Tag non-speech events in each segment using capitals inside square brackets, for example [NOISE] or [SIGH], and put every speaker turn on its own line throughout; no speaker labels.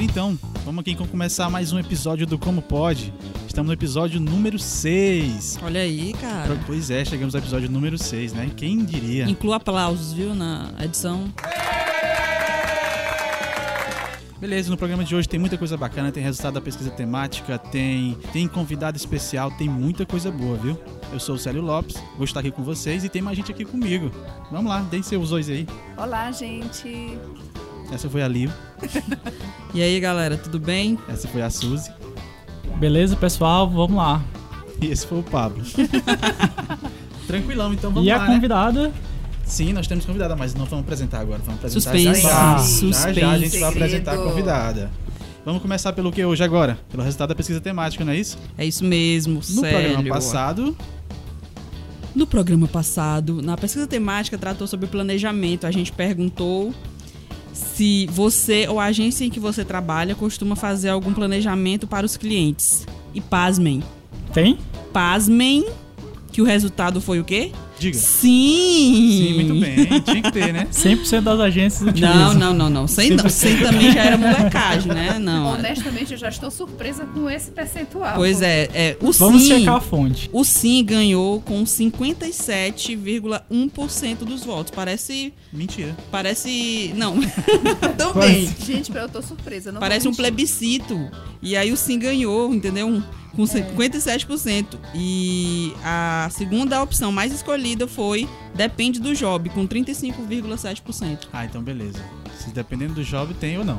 Estamos então. aqui para começar mais um episódio do Como Pode. Estamos no episódio número 6.
Olha aí, cara.
Pois é, chegamos ao episódio número 6, né? Quem diria?
Inclua aplausos, viu, na edição.
Beleza, no programa de hoje tem muita coisa bacana, tem resultado da pesquisa temática, tem, tem convidado especial, tem muita coisa boa, viu? Eu sou o Célio Lopes, vou estar aqui com vocês e tem mais gente aqui comigo. Vamos lá, deem seus dois aí.
Olá, gente.
Essa foi a Liv,
E aí, galera, tudo bem?
essa foi a Suzy
Beleza, pessoal? Vamos lá.
e esse foi o Pablo. [LAUGHS] Tranquilão, então vamos
e
lá,
a
né?
convidada?
Sim, nós temos convidada, mas não vamos apresentar agora, vamos apresentar
Suspense.
já, já. Já, já a
Suspense.
gente vai apresentar a
Segredo.
convidada. Vamos começar pelo que hoje agora? Pelo resultado da pesquisa temática, não é isso?
É isso mesmo,
No programa
Célio.
passado,
No programa passado, na pesquisa temática, tratou sobre planejamento. A gente perguntou se você ou a agência em que você trabalha costuma fazer algum planejamento para os clientes. E pasmem.
Tem?
Pasmem que o resultado foi o quê?
diga.
Sim!
Sim, muito bem, tinha que ter, né?
100% das agências
Não,
utilizam.
não, não, não. Sem, não. Sem também já era molecagem, né? Não.
Honestamente, eu já estou surpresa com esse percentual.
Pois é, é o
Vamos
sim.
checar a fonte.
O sim ganhou com 57,1% dos votos. Parece.
Mentira.
Parece. Não. [LAUGHS] Também.
Gente, eu tô surpresa. Não
Parece
vou
um
mentir.
plebiscito. E aí o sim ganhou, entendeu? Um, Com
É.
57%. E a segunda opção mais escolhida foi Depende do Job, com 35,7%.
Ah, então beleza. Se dependendo do job, tem ou não.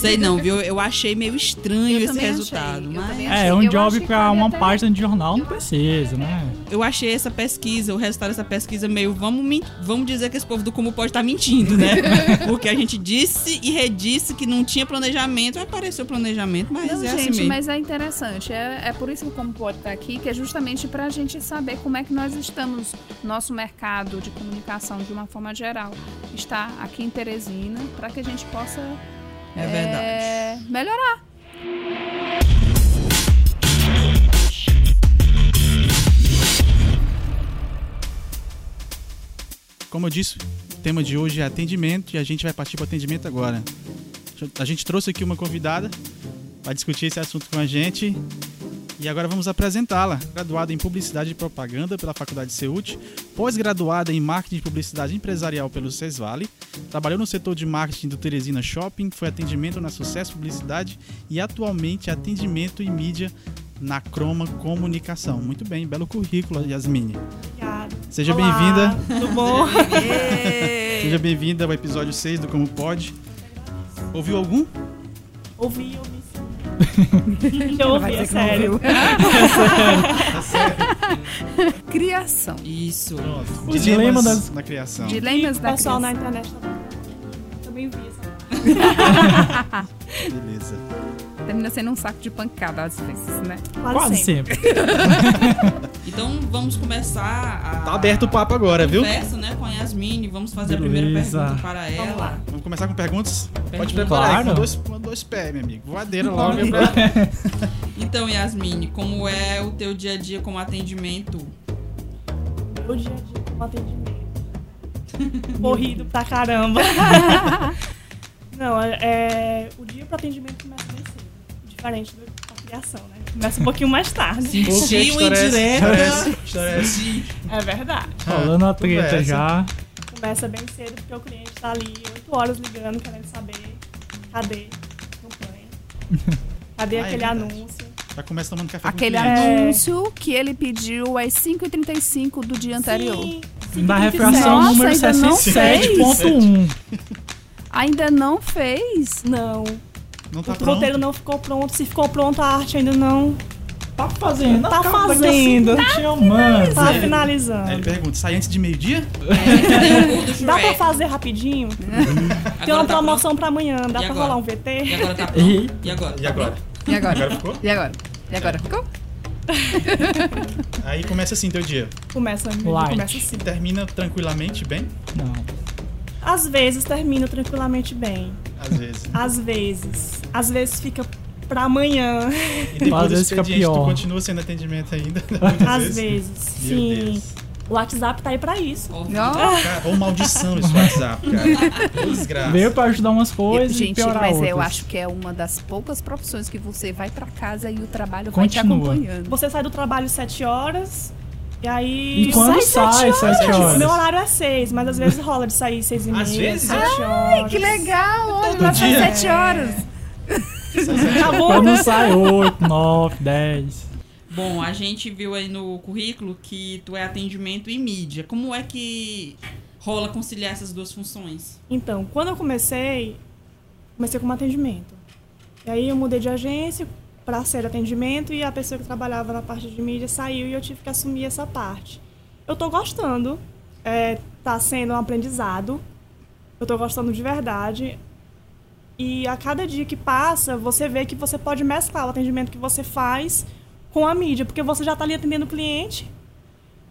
Sei não, viu? Eu achei meio estranho
Eu
esse
também achei,
resultado.
eu
mas...
também
É,
Achei-
um
eu
job
achei que
pra
vale
uma
até-
página de jornal não precisa, né?
Eu achei essa pesquisa, o resultado dessa pesquisa meio, vamos, men- vamos dizer que esse povo do Como Pode tá mentindo, né?
[LAUGHS]
Porque a gente disse e redisse que não tinha planejamento, apareceu planejamento, mas
Não,
é
gente,
assim mesmo.
mas é interessante. É, é por isso que o Como Pode estar aqui, que é justamente para a gente saber como é que nós estamos, nosso mercado de comunicação de uma forma geral, está aqui em Teresina, para que a gente possa
É verdade.
é, melhorar.
Como eu disse, o tema de hoje é atendimento e a gente vai partir para atendimento agora. A gente trouxe aqui uma convidada para discutir esse assunto com a gente. E agora vamos apresentá-la. Graduada em Publicidade e Propaganda pela Faculdade Ceut, pós-graduada em Marketing e Publicidade Empresarial pelo Sesvale, trabalhou no setor de marketing do Teresina Shopping, foi atendimento na Sucesso Publicidade e atualmente atendimento e mídia na Croma Comunicação. Muito bem, belo currículo, Yasmine.
Obrigada.
Seja
Olá,
bem-vinda.
Tudo bom?
[LAUGHS]
Seja bem-vinda ao episódio 6 do Como Pode. Ouviu algum?
ouvi, ouvi. sim. Eu ouvi, é sério.
Criação.
Isso.
Pronto.
O dilema das-
da criação.
Hum.
Dilemas
E o
da
pessoal
criação.
na internet também. Também vi essa.
Beleza.
né?
Termina sendo um saco de pancada às vezes, né?
Quase,
Quase
sempre.
sempre.
Então vamos começar a
Tá aberto o papo agora, viu?
conversa, né, com a Yasmine. Vamos fazer a primeira
Beleza.
pergunta para ela.
Vamos lá.
Vamos começar com perguntas? Pode
Pergunta.
preparar aí, com
Claro.
dois, com dois pés, meu amigo. Voadeira logo. é pra-
Então, Yasmine, como é o teu dia a dia como atendimento?
O dia a dia com atendimento.
[LAUGHS]
Corrido pra caramba. Não, é, é, o dia pro atendimento começa bem cedo. Diferente do- da criação, né?
[LAUGHS]
Começa um pouquinho mais tarde.
Pô, que
Sentiu
história é essa?
indireta.
História é essa?
É verdade.
Falando a treta
conversa.
já.
Começa bem cedo porque o cliente tá ali 8 horas ligando, querendo saber cadê a campanha.
[LAUGHS]
Cadê
Ah, é
aquele
verdade.
anúncio?
Já começa tomando café
Aquele
com cliente.
É.
anúncio que ele pediu às 5h35 do dia anterior.
Sim,
Na
57.
refração
Nossa,
número
ainda não
67.1.
Ainda não fez?
Não.
Não tá
o
pronto.
roteiro não ficou pronto. Se ficou pronto, a arte ainda não
Tá fazendo.
Tá
acaba que
fazendo.
assim, Tá te amando.
tá
é. Aí ele
finalizando.
pergunta, sai antes de meio-dia?
É,
Dá pra fazer rapidinho? Tem uma promoção pra amanhã. Dá
E
pra
agora?
rolar um
tá E
VT?
agora tá
E-
pronto? E agora?
E agora?
E agora?
Agora ficou?
E agora? E agora? Ficou?
Aí começa assim teu dia.
Começa,
Light.
começa assim.
Termina tranquilamente, bem?
Não.
Às vezes termina tranquilamente bem.
Às vezes.
Às vezes. Às vezes fica pra amanhã.
E depois do
vezes fica
expediente, tu
pior.
continua sendo atendimento ainda? né? Muitas
Às vezes.
Meu
Sim.
Deus.
O WhatsApp tá aí pra isso.
Ó,
Cara, ô maldição esse WhatsApp, cara. Ô Desgraça.
Veio pra ajudar umas coisas e
gente,
piorar
mas
outras.
eu acho que é uma das poucas profissões que você vai pra casa e o trabalho
Continua.
vai te acompanhando.
Você sai do trabalho sete horas e aí.
E quando sai, sete
Tipo,
horas.
Meu horário é seis, mas às vezes rola de sair seis e meia.
Às vezes?
sete horas.
Que legal, olha,
Todo
vai fazer
dia.
sete horas.
Acabou.
Quando sai, oito, nove, dez.
Bom, a gente viu aí no currículo que tu é atendimento e mídia. Como é que rola conciliar essas duas funções?
Então, quando eu comecei, comecei como atendimento. E aí eu mudei de agência para ser atendimento e a pessoa que trabalhava na parte de mídia saiu e eu tive que assumir essa parte. Eu tô gostando, é, tá sendo um aprendizado, eu tô gostando de verdade. E a cada dia que passa, você vê que você pode mesclar o atendimento que você faz com a mídia, porque você já tá ali atendendo o cliente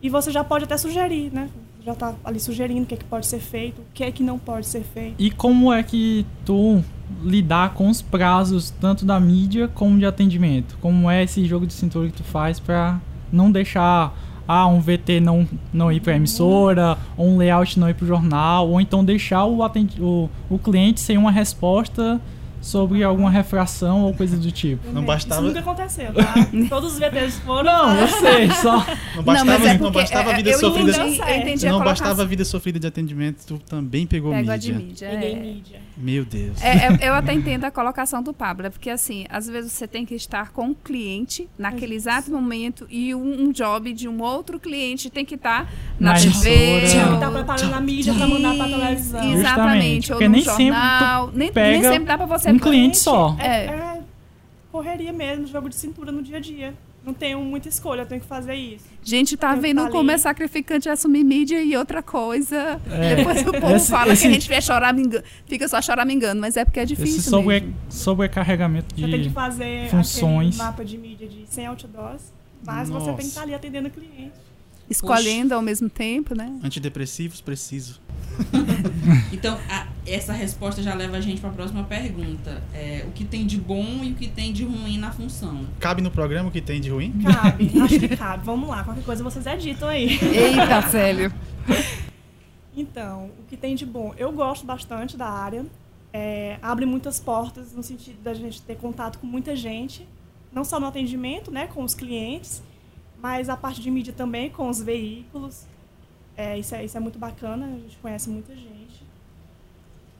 e você já pode até sugerir, né? Já tá ali sugerindo o que é que pode ser feito, o que é que não pode ser feito.
E como é que tu lidar com os prazos tanto da mídia como de atendimento? Como é esse jogo de cintura que tu faz pra não deixar ah, um VT não, não ir pra emissora, ou um layout não ir pro jornal, ou então deixar o, atendi- o, o cliente sem uma resposta sobre alguma refração ou coisa do tipo?
Não bastava-
Isso nunca aconteceu, tá? Todos os VTs foram.
Não, eu sei,
[LAUGHS]
só.
Não bastava,
mas é
não
porque,
bastava a
é,
vida
eu
sofrida.
entendi, eu entendi a
Não
colocação.
bastava a vida sofrida de atendimento, tu também pegou
Pego a de
mídia.
mídia.
Ninguém
é.
mídia.
Meu Deus.
É, é, eu até entendo a colocação do Pablo, é porque assim, às vezes você tem que estar com o cliente naquele exato momento e um, um job de um outro cliente tem que estar na
Na
TV.
emissora.
Tinha que
Não.
estar preparando a mídia pra mandar pra televisão.
Exatamente,
Justamente,
ou
porque
num
nem sempre tu
jornal. nem, nem
pega
sempre dá pra você
um cliente só.
É,
É.
é correria mesmo, jogo de cintura no dia a dia. Não tenho muita escolha, eu tenho que fazer isso.
Gente, tá
Eu
vendo
falei.
como é sacrificante assumir mídia e outra coisa.
É.
Depois o povo
Esse-
fala
esse-
que a gente vai chorar, minga- fica só chorar me engano, mas é porque é difícil.
Esse sobre,
mesmo.
sobrecarregamento
Você tem que
de.
fazer
funções.
aquele mapa de mídia de 100 outdoors, mas você tem que
Nossa.
estar ali atendendo o cliente.
Escolhendo ao mesmo tempo, né?
Antidepressivos preciso.
Então, a- essa resposta já leva a gente para a próxima pergunta. É, o que tem de bom e o que tem de ruim na função?
Cabe no programa o que tem de ruim?
Cabe, acho que cabe. Vamos lá, qualquer coisa vocês editam aí.
Eita, Célio.
Então, o que tem de bom? Eu gosto bastante da área. É, abre muitas portas no sentido da gente ter contato com muita gente, não só no atendimento, né, com os clientes, mas a parte de mídia também, com os veículos. É, isso, é, isso é muito bacana, a gente conhece muita gente.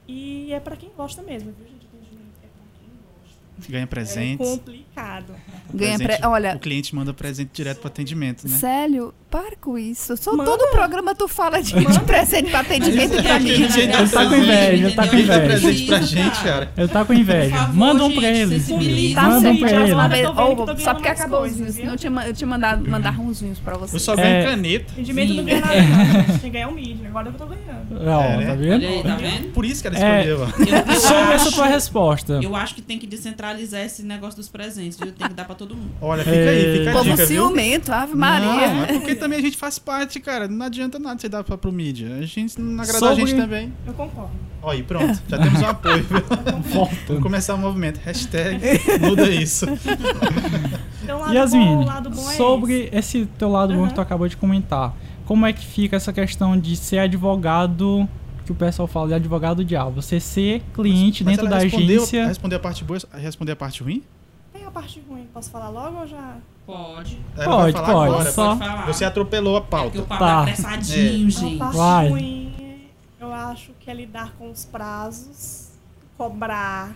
E é para quem gosta mesmo, viu, gente? Atendimento é pra quem gosta.
Ganha
É
presentes.
complicado.
Ganha
Presente.
pre... Olha,
O cliente manda presente direto pro atendimento, né?
Célio, para com isso. Só
Manda.
todo programa tu fala de, de presente pra atendimento pra mim.
Ele tá com inveja, ele tá com
Ele tá
Dá
inveja.
presente pra
Isso,
gente,
cara.
cara.
Eu tá com inveja.
Por favor,
Manda um
gente,
pra ele.
sensibiliza.
Tá
Manda um
certo,
pra
já
ele.
falou.
Mas,
Eu tô vendo que
ô,
tô
só porque
ganhando
acabou os
mais
vinhos.
coisas, viu?
Eu tinha, ma- eu tinha mandado mandar runzinhos pra você.
Eu só ganho
É.
caneta.
Atendimento não
Sim.
ganha nada, não, gente. Tem que ganhar um mídia. Agora eu tô ganhando.
Ó,
É, né?
tá
Olha
vendo?
aí, tá vendo?
Por isso que ela
É.
escolheu. ó.
Eu, eu
Sobre essa
acho,
tua resposta.
eu acho que tem que descentralizar esse negócio dos presentes, viu? Tem que dar para todo mundo.
Olha, fica aí, fica a
Povo
dica, viu?
ciumento, Ave Maria.
Não, é porque também a gente faz parte, cara. Não adianta nada você dar pra, pro mídia. A gente não agrada a
Sobre-
gente também.
Eu concordo.
Ó, aí, pronto. Já temos um apoio. Vamos
Voltando.
começar o movimento. Hashtag muda isso.
Então, o lado bom,
Yasmin,
o lado bom é esse.
sobre esse teu lado bom
Aham.
que tu acabou de comentar, como é que fica essa questão de ser advogado, que o pessoal fala de advogado do diabo, você ser cliente
Mas
dentro
ela
da
respondeu,
agência,
Responder a parte boa, responder a parte ruim?
Tem a parte ruim, posso falar logo ou já?
Pode.
Ela
Pode,
vai falar
pode,
agora.
só-
Pode falar.
Você é atropelou a
Porque
pauta.
o papo
Tá.
é apressadinho,
A
gente.
parte
Vai.
ruim, eu acho que é lidar com os prazos, cobrar,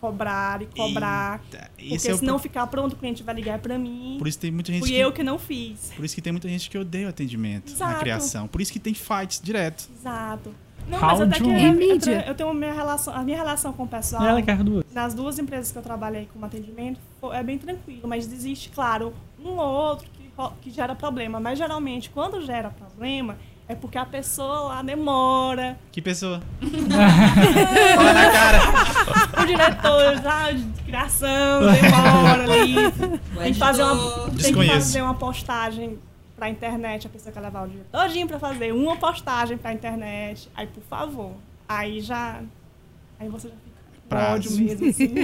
cobrar e cobrar.
Eita,
porque
esse é o
se não
pro-
ficar pronto, o cliente vai ligar pra mim.
Por isso tem muita gente
Fui
que...
eu que não fiz.
Por isso que tem muita gente que odeia o atendimento na
Exato.
criação. Por isso que tem fights direto.
Exato. Não,
How
mas até
do
que
you-
eu-
E mídia?
eu, tenho a minha relação, a minha relação com o pessoal.
ela quer duas.
nas duas empresas que eu trabalhei como atendimento, fo- é bem tranquilo, mas existe, claro, um ou outro que, ro- que gera problema. Mas geralmente, quando gera problema, é porque a pessoa lá demora.
Que pessoa? Fala na cara.
O diretor [LAUGHS] já de criação
[LAUGHS]
demora ali. Tem que fazer uma, tem que
Desconheço.
fazer uma postagem pra internet, a pessoa quer levar o dia todinho pra fazer uma postagem pra internet. Aí, por favor. Aí já. Aí você já fica. com
Prazo.
Ódio mesmo,
[LAUGHS]
assim.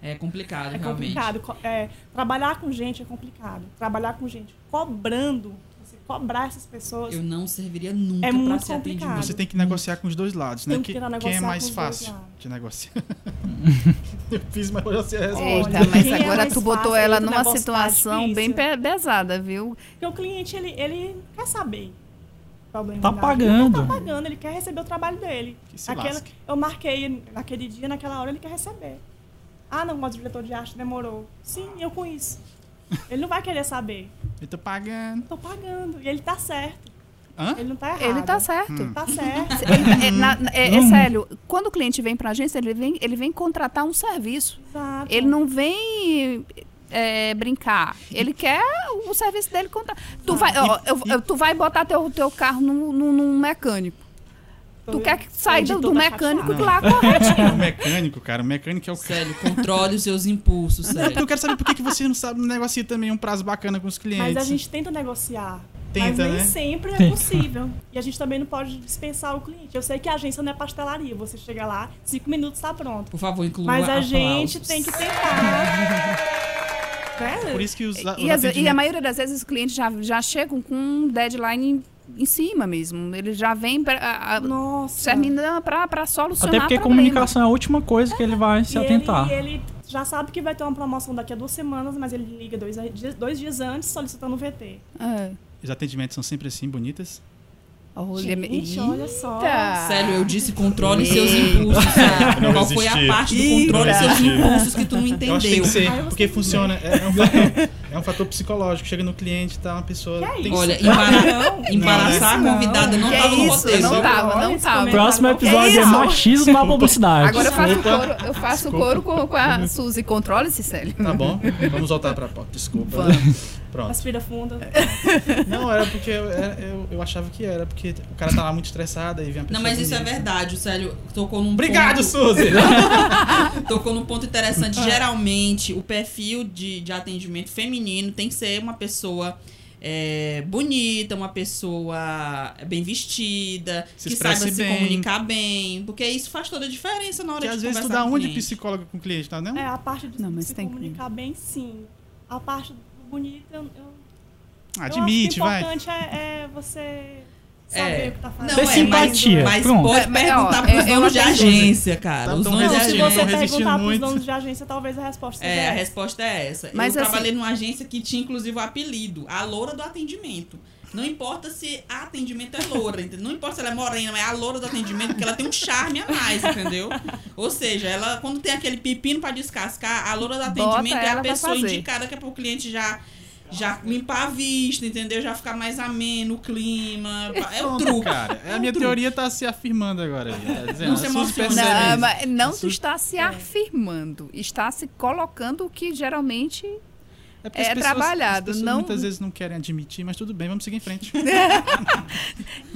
É complicado,
É
realmente.
complicado. co- é, trabalhar com gente é complicado. Trabalhar com gente cobrando, você cobrar essas pessoas.
Eu não serviria nunca
É
pra
muito
ser atendido.
complicado.
Você tá tem que negociar com os dois lados, né?
Tem que
Que-
tentar
quem é
negociar
mais
com os dois
fácil
lados.
de negociar? [LAUGHS] eu fiz, mas eu já sei a resposta.
Olha,
Eita, mas
quem é
agora
mais
tu botou
fácil,
ela
aí tu
numa
negócio tá
situação
difícil.
bem pe- pesada, viu?
Porque o cliente, ele, ele quer saber. o Problema
Tá
dele.
pagando.
Ele tá pagando, ele quer receber o trabalho dele.
[LAUGHS] Que se
Aquela-
lasque.
eu marquei naquele dia, naquela hora, ele quer receber. Ah, não, mas o diretor de arte demorou. Sim, eu com isso. Ele não vai querer saber.
Eu tô
[LAUGHS]
pagando.
Tô pagando. E ele tá certo.
Hã?
Ele não tá errado.
Ele tá certo.
Hum.
Tá certo.
[LAUGHS] Ele- é, na- é- é sério, quando o cliente vem pra agência, ele vem, ele vem contratar um serviço.
Exato.
Ele não vem é, brincar. Ele quer o serviço dele contra.
Ah,
Tu vai, ó, eu- eu- tu vai botar teu, teu carro num, num- num mecânico. Tu quer que saia do, do mecânico lá
É O mecânico, cara, o mecânico é o cara.
Sério, controle os seus impulsos, sério.
Eu quero saber por que, que você não sabe negociar também um prazo bacana com os clientes.
Mas a gente tenta negociar. mas
Tenta,
nem
né?
sempre é
Tenta.
possível. E a gente também não pode dispensar o cliente. Eu sei que a agência não é pastelaria. Você chega lá, cinco minutos tá pronto.
Por favor, inclua
Mas a
aplausos.
gente tem que tentar.
[LAUGHS]
né?
Por isso que os, os
E, as- e a
atendimentos-
maioria das vezes os clientes já, já chegam com um deadline em, em cima mesmo. Eles já vêm pra, a- a-
Nossa.
terminando para solucionar
Até porque
problema.
comunicação é a última coisa que ele vai se
E
atentar.
Ele, ele já sabe que vai ter uma promoção daqui a duas semanas, mas ele liga dois, dias- dois dias antes solicitando o VT.
É.
Os atendimentos são sempre assim, bonitas.
Olha,
Gente, olha só.
eita.
Sério, eu disse controle seus
[LAUGHS]
impulsos, sério.
Não
Qual foi a
resisti.
parte do controle
Não
seus
resisti.
impulsos que tu não
Eu acho que tem
entendeu?
que ser,
Aí você
porque
tem que
funciona. É, é um fator, [LAUGHS] é um fator psicológico. Chega no cliente, tá uma pessoa.
Que é
tem-
isso?
Olha, embara- embaraçar a
Não,
convidada não
Que
tava
é
no
isso?
roteiro.
Não
viu?
tava,
Olha
não
esse
tava.
comentário.
Próximo
Que
episódio é
isso?
machismo na publicidade.
Agora eu faço
Desculpa.
coro, eu faço
Desculpa.
coro com, com a Suzy. Controle-se, Célio.
Tá bom, vamos voltar pra pauta. Desculpa. Pronto.
Respira fundo.
É.
Não, era porque eu, era- eu, eu achava que era, porque o cara tava muito estressado e vem a pessoa.
Não, mas isso é
bonita.
verdade, o Célio tocou num
Obrigado,
ponto,
Suzy!
tocou num ponto
Ah.
interessante. Geralmente, o perfil de, de atendimento feminino tem que ser uma pessoa é, bonita, uma pessoa bem vestida,
Se
que saiba
expresse
se
bem.
comunicar bem, porque isso faz toda a diferença na hora
Porque
de
às vezes tu
conversar
dá
com o
um de
cliente.
psicólogo com o cliente, tá? Não?
É, a parte de
Não, mas
se
tem que-
comunicar bem, sim. A parte do bonito, eu, eu,
Admite,
eu acho
vai.
que o importante é, é você saber
É.
o que tá fazendo.
Não, é,
Ter
mas,
simpatia.
mas
Pronto.
pode
É, mas,
perguntar
ó,
pros
eu- eu
donos de
acho que-
agência, cara.
Tão-
Os
Tá tão
donos de
Não,
resistindo,
se
Eles
você
tão
agência.
resistindo
perguntar
muito.
pros donos de agência, talvez a resposta seja
É, a
essa.
resposta é essa.
Mas,
eu
assim-
trabalhei numa agência que tinha, inclusive, o apelido, a loura do atendimento. Não importa se a atendimento é loura, entendeu? não importa se ela é morena, mas é a loura do atendimento, porque ela tem um charme a mais, entendeu? Ou seja, ela quando tem aquele pepino pra descascar, a loura do atendimento é
ela
a
pra
pessoa
fazer.
indicada que é pro cliente já já limpar a vista, entendeu? Já ficar mais ameno o clima. É o
Pronto,
truque.
Cara, É, a minha teoria tá se afirmando agora. aí, Tá dizendo,
Não
a
se
Suzy
emociona.
percebe
Não,
isso.
mas não
Isso-
tu está se
É.
afirmando, está se colocando o que geralmente
É, porque as
É trabalhado,
as pessoas
não-
muitas vezes não querem admitir, mas tudo bem, vamos seguir em frente.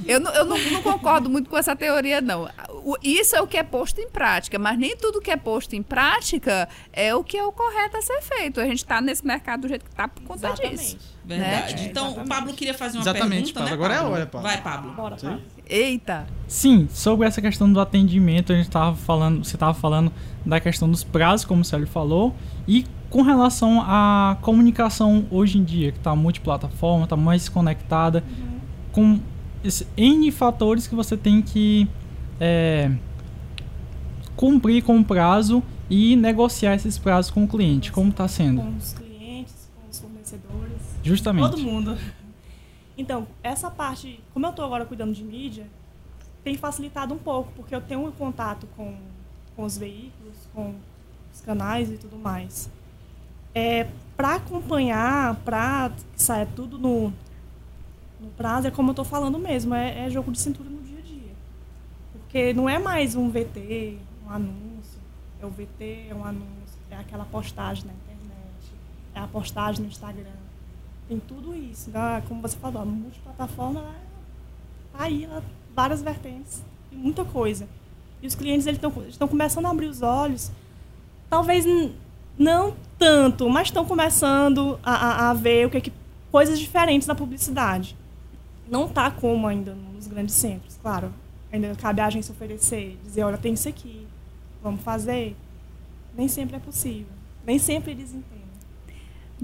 Eu, não, eu não, não concordo muito com essa teoria, não. O- Isso é o que é posto em prática, mas nem tudo que é posto em prática é o que é o correto a ser feito. A gente está nesse mercado do jeito que está por conta disso.
Exatamente.
Verdade.
Né?
então, o Pablo queria fazer uma
Exatamente,
pergunta,
Pablo.
né?
Agora é a hora, Pablo.
Vai, Pablo.
Bora,
Sim.
tá?
Eita!
Sim, sobre essa questão do atendimento, a gente tava falando, você estava falando da questão dos prazos, como o Célio falou, e com relação à comunicação hoje em dia, que está multiplataforma, está mais conectada,
Uhum.
com esse N fatores que você tem que é, cumprir com o prazo e negociar esses prazos com o cliente, como está sendo,
Com os clientes, com os fornecedores. Todo
justamente.
mundo. Então, essa parte, como eu estou agora cuidando de mídia, tem facilitado um pouco, porque eu tenho um contato com, com os veículos, com os canais e tudo mais. É, para acompanhar, para sair tudo no, no prazo, é como eu estou falando mesmo, é, é jogo de cintura no dia a dia. Porque não é mais um VT, um anúncio, é o VT, é um anúncio, é aquela postagem na internet, é a postagem no Instagram. Tem tudo isso. né? Como você falou, a multiplataforma ela tá aí, ela, várias vertentes, tem muita coisa. E os clientes eles tão- estão começando a abrir os olhos, talvez n- não tanto, mas estão começando a, a- a ver o que, é que coisas diferentes na publicidade. Não tá como ainda nos grandes centros, claro. Ainda cabe a agência oferecer, dizer, olha, tem isso aqui, vamos fazer. Nem sempre é possível. Nem sempre eles entendem.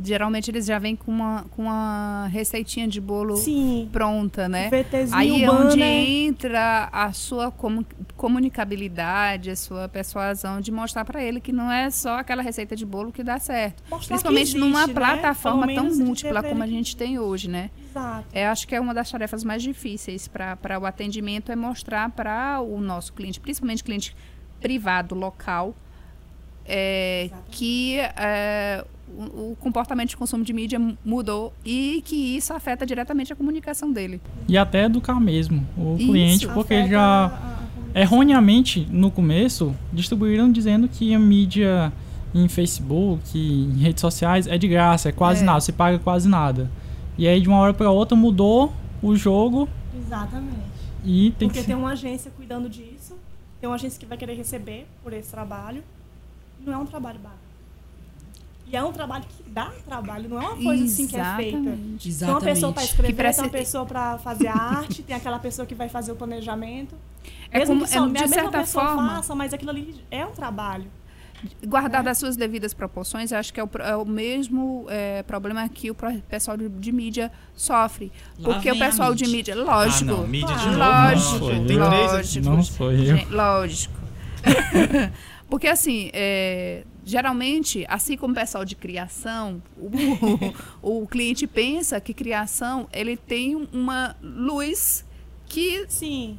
Geralmente eles já vêm com uma, com uma receitinha de bolo
Sim.
pronta, né?
VTzinho
Aí é
urbana,
onde
é-
entra a sua comu- comunicabilidade, a sua persuasão de mostrar pra ele que não é só aquela receita de bolo que dá certo.
mostrar que
Principalmente
existe,
numa
né?
plataforma
Pelo
tão
menos
múltipla
dizer
como a
pra ele
gente tem hoje, né?
que- Exato.
É, acho que é uma das tarefas mais difíceis para o atendimento é mostrar para o nosso cliente, principalmente cliente privado, local, é, que é, o, o comportamento de consumo de mídia mu- mudou e que isso afeta diretamente a comunicação dele.
E até educar mesmo o
Isso.
cliente, porque
Afeta né?
já. é
a- a-
erroneamente no começo distribuíram dizendo que a mídia em Facebook, em redes sociais é de graça, é quase
É.
nada, você paga quase nada. E aí de uma hora pra outra mudou o jogo
Exatamente.
e tem
Porque
que
tem um uma agência cuidando disso, tem uma agência que vai querer receber por esse trabalho. Não é um trabalho barato. E é um trabalho que dá trabalho, não é uma coisa assim que é feita.
Exatamente.
Tem uma pessoa para
Exatamente.
escrever,
Que parece-
tem uma pessoa para fazer a arte, tem aquela pessoa que vai fazer o planejamento.
É
Mesmo
como-
que só
é,
a
de
mesma
certa
pessoa né?
forma-
faça, mas aquilo ali é um trabalho.
Guardar das suas devidas proporções, eu acho que é o, pro- é o mesmo é, problema que o pro- pessoal de, de mídia sofre.
Lá
porque o
vem a
pessoal de mídia, lógico.
Ah, não. Mídia de
Claro.
novo.
Lógico,
não foi. Tem três aqui.
lógico.
não sou eu.
Gen- Lógico. [LAUGHS] Porque, assim, é, geralmente, assim como o pessoal de criação, o, [LAUGHS] o- o cliente pensa que criação ele tem uma luz que
Sim.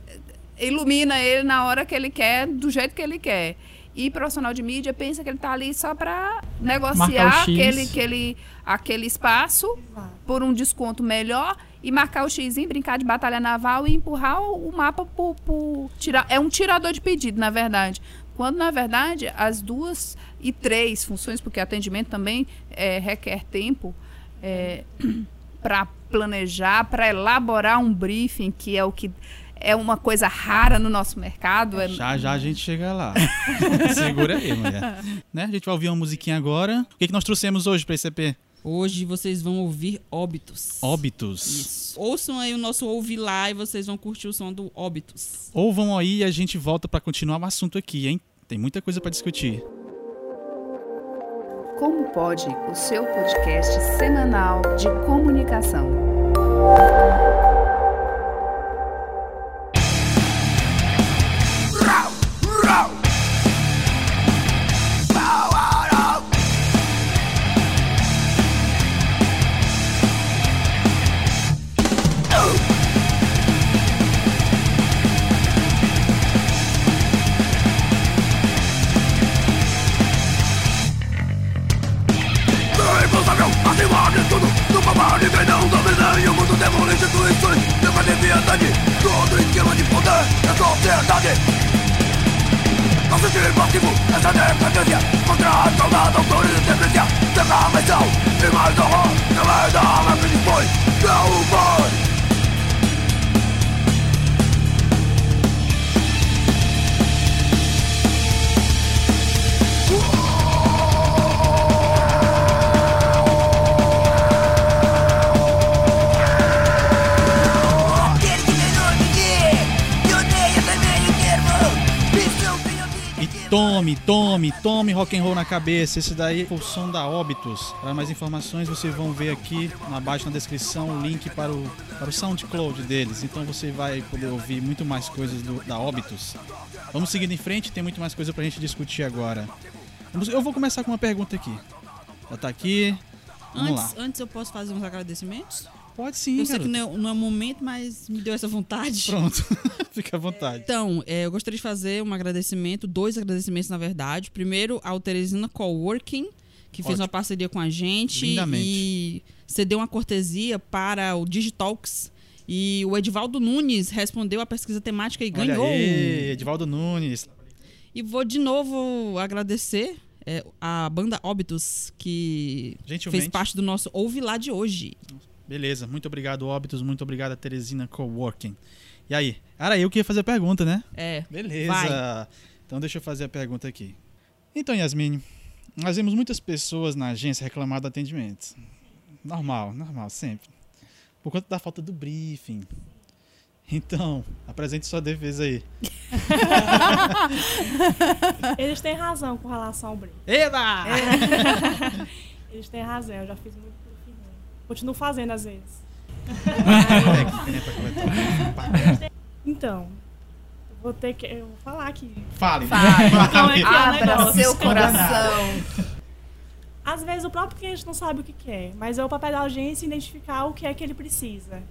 ilumina ele na hora que ele quer, do jeito que ele quer. E profissional de mídia pensa que ele está ali só para negociar
Marcar o X.
aquele, aquele, aquele espaço
Exato.
por um desconto melhor e marcar o xizinho, brincar de batalha naval e empurrar o, o mapa pro, pro tirar é um tirador de pedido, na verdade. Quando na verdade as duas e três funções, porque atendimento também é, requer tempo [CLEARS THROAT] para planejar, para elaborar um briefing, que é o que é uma coisa rara no nosso mercado. É,
Já, já a gente chega lá. [LAUGHS]
Segura aí, mulher. Né? A gente vai ouvir uma musiquinha agora.
é
O que, que nós trouxemos hoje pra esse EP?
Hoje vocês vão ouvir Óbitos.
Óbitos.
Isso. Ouçam aí o nosso ouvir lá e vocês vão curtir o som do Óbitos.
Ou vão aí e a gente volta pra continuar o assunto aqui, hein? Tem muita coisa pra discutir.
Como pode o seu podcast semanal de comunicação?
E tome, tome, tome rock and roll na cabeça. Esse daí é o som da Óbitos. Para mais informações, vocês vão ver aqui abaixo na descrição o link para o, para o SoundCloud deles. Então você vai poder ouvir muito mais coisas do- da Óbitos. Vamos seguindo em frente, tem muito mais coisa pra gente discutir agora. Vamos- eu vou começar com uma pergunta aqui. Já tá aqui. Vamos
Antes,
lá.
antes eu posso fazer uns agradecimentos?
Pode sim,
eu sei que
garoto.
não é, não é momento, mas me deu essa vontade.
Pronto. [LAUGHS] Fica à vontade.
Então, é, eu gostaria de fazer um agradecimento, dois agradecimentos, na verdade. Primeiro, ao Teresina Coworking, que fez
Ótimo.
uma parceria com a gente
Lindamente.
e cedeu uma cortesia para o Digitalks. E o Edivaldo Nunes respondeu a pesquisa temática e ganhou. um.
Olha aí, Edivaldo Nunes.
E vou de novo agradecer é, a banda Óbitos, que
Gentilmente.
fez parte do nosso Ouve Lá de hoje.
Beleza, muito obrigado, Óbitos. Muito obrigado, Teresina Coworking. E aí? Cara, eu que ia fazer a pergunta, né?
É,
Beleza.
Vai.
Então deixa eu fazer a pergunta aqui. Então, Yasmin, nós vemos muitas pessoas na agência reclamar do atendimento. Normal, normal, sempre. Por conta da falta do briefing. Então, apresente sua defesa aí.
Eles têm razão com relação ao break.
Eba!
É. [LAUGHS] Eles têm razão, eu já fiz muito clipe ruim. Continuo fazendo às vezes.
É,
Então, eu vou ter que. Eu vou falar aqui.
Fale.
Então, é que é o
Abra
negócio.
seu coração.
Às vezes o próprio cliente não sabe o que quer, mas é o papel da agência identificar o que é que ele precisa,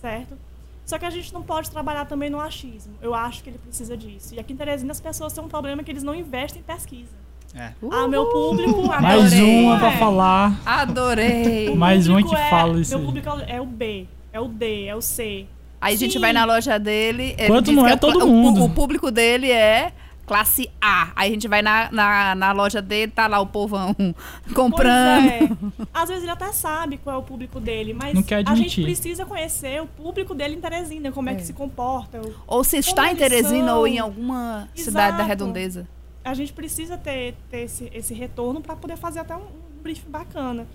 certo? Só que a gente não pode trabalhar também no achismo. Eu acho que ele precisa disso. E aqui em Teresina as pessoas têm um problema que eles não investem em pesquisa.
É.
Ah,
Uh,
meu
[LAUGHS]
público, ah,
Mais
Adorei.
uma pra
É.
falar.
Adorei.
meu
Mais um
público
que
é-
fala isso.
Meu público é o B, é o D, é o C.
Aí a gente
Sim.
vai na loja dele. ele
Quanto
diz
não
que
é
a-
todo
o- o-
mundo.
O, público dele é classe A. Aí a gente vai na, na, na loja dele, tá lá o povão [LAUGHS] comprando.
Pois é. Às vezes ele até sabe qual é o público dele, mas
Não quer
a gente
admitir.
precisa conhecer o público dele em Teresina, como é, que se comporta. o-
Ou se está
Como
em
eles
Teresina
são.
ou em alguma cidade da
Exato.
redondeza.
A gente precisa ter, ter esse, esse retorno para poder fazer até um, um briefing bacana.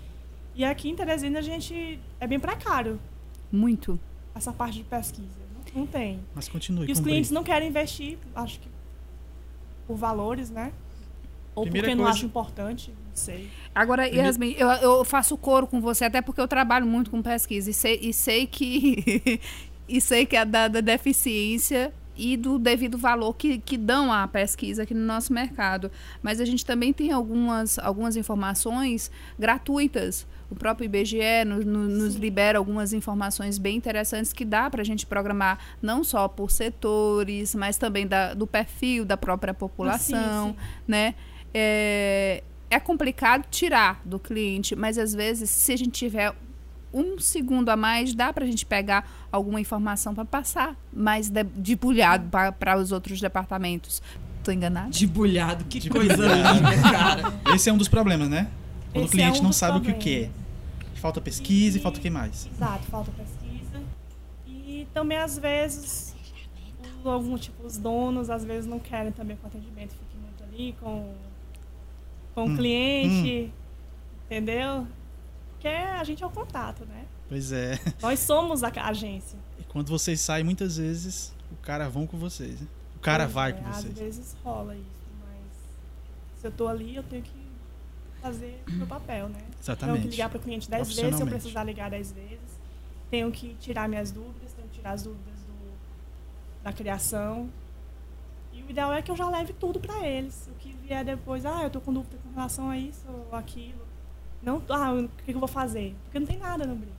E aqui em Teresina a gente é bem precário
Muito.
essa parte de pesquisa. né? Não, não tem.
Mas continue.
E os
cumprir.
clientes não querem investir, acho que por valores, né? Ou
Primeira
porque não
coisa-
acham importante, não sei.
Agora, Yasmin, eu, eu faço coro com você, até porque eu trabalho muito com pesquisa e sei, e sei que [LAUGHS] e sei que é da, da deficiência e do devido valor que, que dão à pesquisa aqui no nosso mercado. Mas a gente também tem algumas, algumas informações gratuitas. O próprio IBGE no- no- nos libera algumas informações bem interessantes que dá para a gente programar não só por setores, mas também da- do perfil da própria população
Sim, sim.
né? É, é complicado tirar do cliente, mas às vezes, se a gente tiver um segundo a mais, dá para a gente pegar alguma informação para passar mais de- debulhado para os outros departamentos. Tô enganada?
Debulhado, que
Debulhado.
coisa
[LAUGHS]
linda, cara.
Esse é um dos problemas, né? Quando o
Esse é
cliente
um
não
dos
sabe o que
problemas.
quer. Falta pesquisa e falta o que mais?
Exato, falta pesquisa. E também, às vezes, os- alguns tipo, os donos, às vezes, não querem também que o atendimento fique muito ali com, com
Hum.
o cliente, entendeu? Porque a gente é o contato, né?
Pois é.
Nós somos a ca- agência.
E quando vocês saem, muitas vezes o cara vão com vocês, né? O cara
Pois
vai
é,
com
Às
vocês.
vezes rola isso, mas se eu tô ali, eu tenho que fazer o meu papel, né? Tenho que
Exatamente.
ligar para o cliente 10 vezes, se eu
Profissionalmente.
precisar ligar 10 vezes. Tenho que tirar minhas dúvidas, tenho que tirar as dúvidas do, da criação. E o ideal é que eu já leve tudo para eles. O que vier depois, ah, eu tô com dúvida com relação a isso ou aquilo. Não, tô- ah, o que que eu vou fazer? Porque não tem nada no brinco.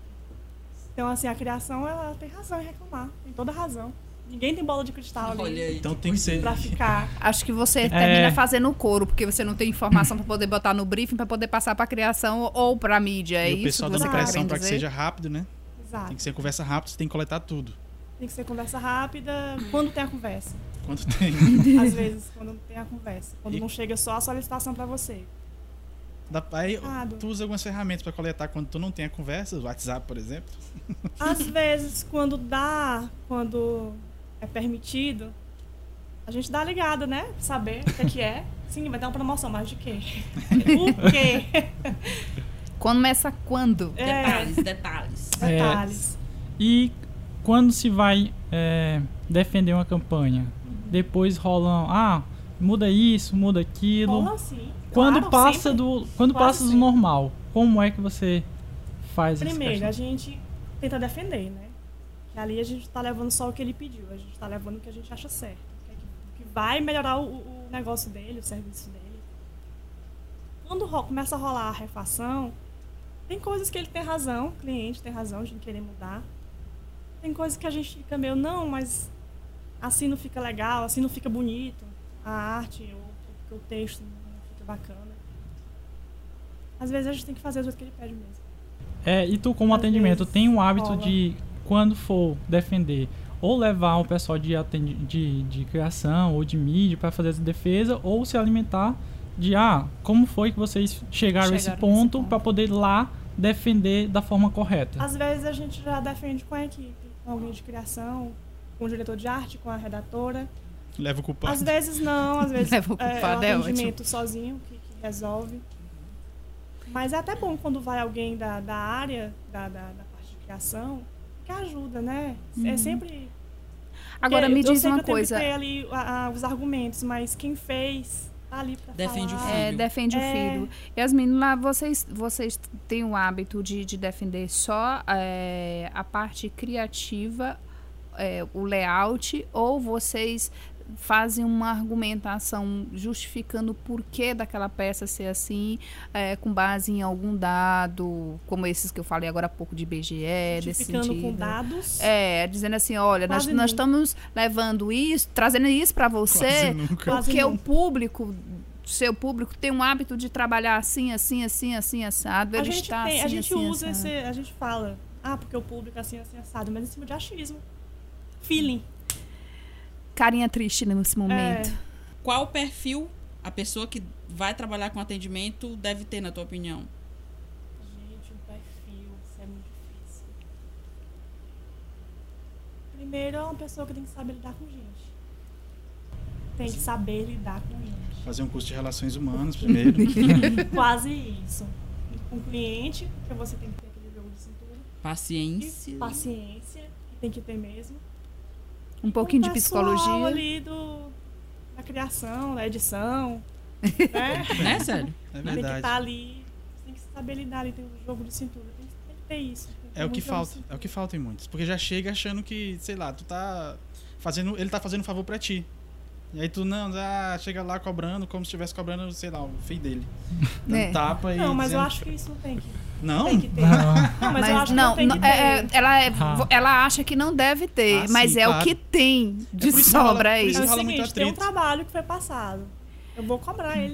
Então, assim, a criação, ela tem razão em reclamar. Tem toda razão. Ninguém tem bola de cristal
Olha
ali
aí.
Então tem que ser.
pra ficar.
Acho que você termina
É.
fazendo couro, porque você não tem informação para poder botar no briefing, para poder passar para criação ou para mídia. É
E o
isso
pessoal
que você
dando
tá
tá
pressão
querendo
pra que
dizer?
seja rápido, né? Tem
Exato.
que ser conversa rápida, você tem que coletar tudo.
Tem que ser conversa rápida quando tem a conversa. [LAUGHS]
Quanto tem?
às vezes, quando não tem a conversa. Quando
E-
não chega só a solicitação pra você.
Dá- Aí
Ah, do-
tu usa algumas ferramentas pra coletar quando tu não tem a conversa, o WhatsApp, por exemplo.
Às vezes, quando dá, quando é permitido, a gente dá a ligada, né? Pra Saber o que é que é. Sim, vai dar uma promoção, mas de quê? O quê?
Começa quando?
É,
Detalhes, detalhes.
detalhes.
E quando se vai é, defender uma campanha? Depois rolam, ah, muda isso, muda aquilo.
Como assim?
quando
Claro,
passa
sempre.
do quando
Claro,
passa do
sempre.
normal, como é que você faz essa
Primeiro,
questão?
a gente tenta defender, né? Que ali a gente tá levando só o que ele pediu, a gente tá levando o que a gente acha certo. O que é que- o que vai melhorar o, o negócio dele, o serviço dele. Quando ro- começa a rolar a refação, tem coisas que ele tem razão, o cliente tem razão de querer mudar. Tem coisas que a gente fica meio, não, mas assim não fica legal, assim não fica bonito. A arte ou o- o texto não fica bacana. Às vezes a gente tem que fazer as coisas que ele pede mesmo.
É, e tu, como
Às
atendimento,
vezes
tem o hábito
rola.
de, quando for defender, ou levar o pessoal de, atendi- de, de criação ou de mídia para fazer essa defesa, ou se alimentar de, ah, como foi que vocês chegaram a esse
Chegaram nesse
ponto
ponto.
para poder lá defender da forma correta.
Tá.
Às vezes a gente já defende com a equipe, com alguém de criação, com o diretor de arte, com a redatora.
Leva o culpado.
Às vezes
[LAUGHS]
não, às vezes é,
Leva o culpado, é
o
ótimo.
atendimento sozinho que, que resolve. Mas é até bom quando vai alguém da, da área, da, da, da parte de criação, que ajuda, né? É sempre...
Uhum. Agora
porque
me
É, eu
diz
sei
uma
que eu tenho que
coisa.
ter ali a- a- os argumentos, mas quem fez tá ali pra
Defende o
falar.
filho.
É, defende
É.
o filho. Yasmin, lá vocês, vocês têm o hábito de, de defender só é, a parte criativa, é, o layout, ou vocês fazem uma argumentação justificando o porquê daquela peça ser assim, é, com base em algum dado, como esses que eu falei agora há pouco de BGE, desse
Justificando
sentido.
com dados.
É, dizendo assim, olha, nós,
Quase
nós
nunca.
estamos levando isso, trazendo isso para
[LAUGHS]
você,
é.
Quase nunca.
Quase
porque o
nunca.
público, seu público tem um hábito de trabalhar assim, assim, assim, assim, assado.
a
Ele
gente,
está
tem-
assim,
a gente
assim,
usa
assado.
esse. A gente fala, ah, porque o público é assim, assim, assado, mas em cima de achismo. Feeling.
Carinha triste nesse momento.
É,
Qual perfil a pessoa que vai trabalhar com atendimento deve ter, na tua opinião?
gente, um perfil, isso é muito difícil. Primeiro é uma pessoa que tem que saber lidar com gente. Tem que saber lidar com gente. É
Fazer um curso de relações humanas
[LAUGHS]
primeiro.
Quase isso. Um cliente, que você tem que ter aquele jogo de cintura.
Paciência.
Paciência, que tem que ter mesmo.
Um pouquinho
O
de
pessoal
psicologia.
ali do, da criação, da edição.
[LAUGHS]
né?
Né, sério?
É
Tem que estar
verdade.
ali. Você tem que saber lidar ali, tem um jogo de cintura. Tem que, tem que ter isso. tem ter
É o que
muito jogo de
falta.
cintura.
É o que falta em muitos. Porque já chega achando que, sei lá, tu tá fazendo. Ele tá fazendo um favor pra ti. E aí tu não, ah, chega lá cobrando como se estivesse cobrando, sei lá, o filho dele. Dando
É.
tapa e.
Não, mas eu
dizendo-
acho que isso não tem que,
Não?
tem que ter.
Não.
Não, mas,
Mas
eu acho
não,
que não tem
não-
que ter. Então,
é- é- ela, é-
Ah.
vo- ela acha que não deve
Ah,
ter, mas
sim,
é o
claro.
que tem de
É por isso que
sobra
rola- por
aí.
isso
é o
rola muito
seguinte, tem um
atrito.
trabalho que foi passado. Eu vou cobrar ele